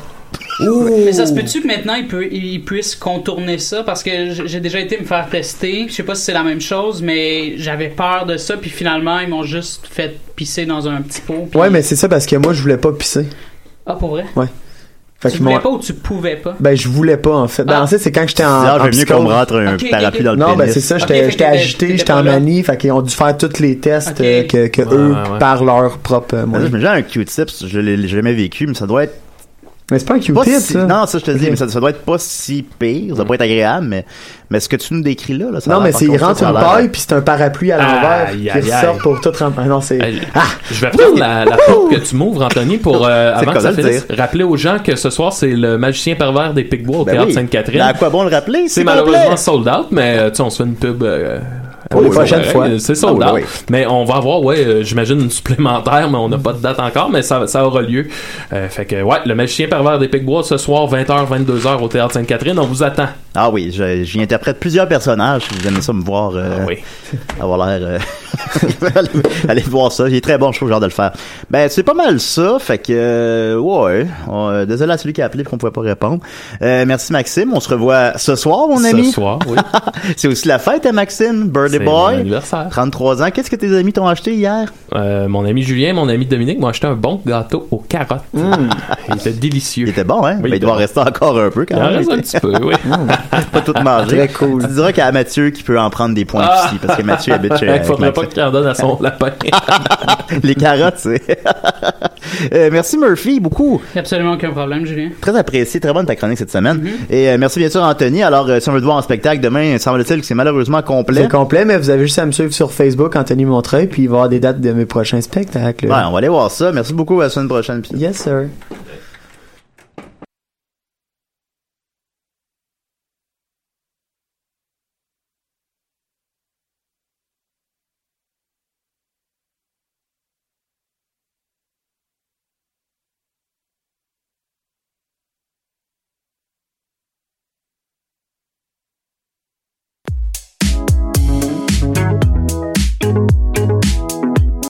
Mais ça se peut-tu que maintenant ils, peut, ils puissent contourner ça parce que j- j'ai déjà été me faire tester. Je sais pas si c'est la même chose, mais j'avais peur de ça puis finalement ils m'ont juste fait pisser dans un petit pot. puis- ouais mais c'est ça parce que moi je voulais pas pisser Ah pour vrai. ouais Fait tu qu'ils voulais m'ont- pas ou tu pouvais pas. Ben, je voulais pas, en fait. Ben, Ah. en fait, c'est quand j'étais en. Ah, en j'aime mieux qu'on me psychose. rentre un Ok, ok, parapluie ok. dans le Non, pénis. ben c'est ça, Ok, j'étais fait j'étais que t'étais- agité, t'étais j'étais pas en là. manie, fait qu'ils ont dû faire tous les tests euh, que, que eux, ouais. par leur propre euh, Ah, Mais là, moyen. je me dis, un Q-tips, je l'ai jamais vécu, mais ça doit être. Mais c'est pas un Q-tip, pas si- ça. Non, ça, je te dis, Ok. mais ça, ça doit être pas si pire, ça doit pas être agréable, mais, mais ce que tu nous décris là, là ça a Non, l'air, mais par c'est, ils contre, ça, rentrent ça a une l'air- paille, puis c'est un parapluie à l'envers, Aïe, qui aïe, ressort aïe. pour tout remplir. Non, c'est. Ah! Je vais prendre la, la porte que tu m'ouvres, Anthony, pour euh, C'est avant que le ça cas de le finisse. Rappeler aux gens que ce soir, c'est le magicien pervers des Pigbois au Ben théâtre oui. Sainte-Catherine. Mais à quoi bon le rappeler? C'est s'il te malheureusement plaît? sold out, mais euh, tu sais, on se fait une pub. euh, Pour les euh, prochaines pareil. fois. C'est sold Ah out. oui, Mais on va avoir, ouais, euh, j'imagine une supplémentaire, mais on n'a pas de date encore, mais ça, ça aura lieu. Euh, fait que, ouais, le magicien pervers des Pigbois ce soir, 20h, 22h au théâtre Sainte-Catherine, on vous attend. Ah oui, je- j'y interprète plusieurs personnages. Si vous aimez ça me voir, Ah euh, avoir l'air. euh, (laughs) allez- allez voir ça. J'ai très bon, je trouve, genre de le faire. Ben, c'est pas mal ça. Fait que, euh, ouais. On, euh, désolé à celui qui a appelé et qu'on pouvait pas répondre. Euh, merci Maxime. On se revoit ce soir, mon Ce ami. soir, (laughs) oui. c'est aussi la fête à Maxime, Birdie C'est mon Boy. anniversaire. 33 ans. Qu'est-ce que tes amis t'ont acheté hier? euh, mon ami Julien, mon ami Dominique m'ont acheté un bon gâteau aux carottes. Il était délicieux. Il était Hmm. bon, hein? Mais Hmm. il doit rester encore un peu quand ben, Il en même. reste un petit peu, oui. pas tout manger. Très cool. Tu diras qu'à Mathieu qui peut en prendre des points Ah! ici, parce que Mathieu habite (laughs) chez Il faudrait avec pas qu'il en donne à son lapin. Les carottes, c'est. (laughs) Euh, merci Murphy, beaucoup. Absolument aucun problème, Julien. Très apprécié, très bonne ta chronique cette semaine. Et euh, merci bien sûr Anthony. Alors, euh, si on veut te voir en spectacle demain, semble-t-il que c'est malheureusement complet. C'est complet, mais vous avez juste à me suivre sur Facebook, Anthony Montreuil, puis il va y avoir des dates de mes prochains spectacles. Ben, Ouais, on va aller voir ça. Merci beaucoup. À la semaine prochaine. Yes, sir.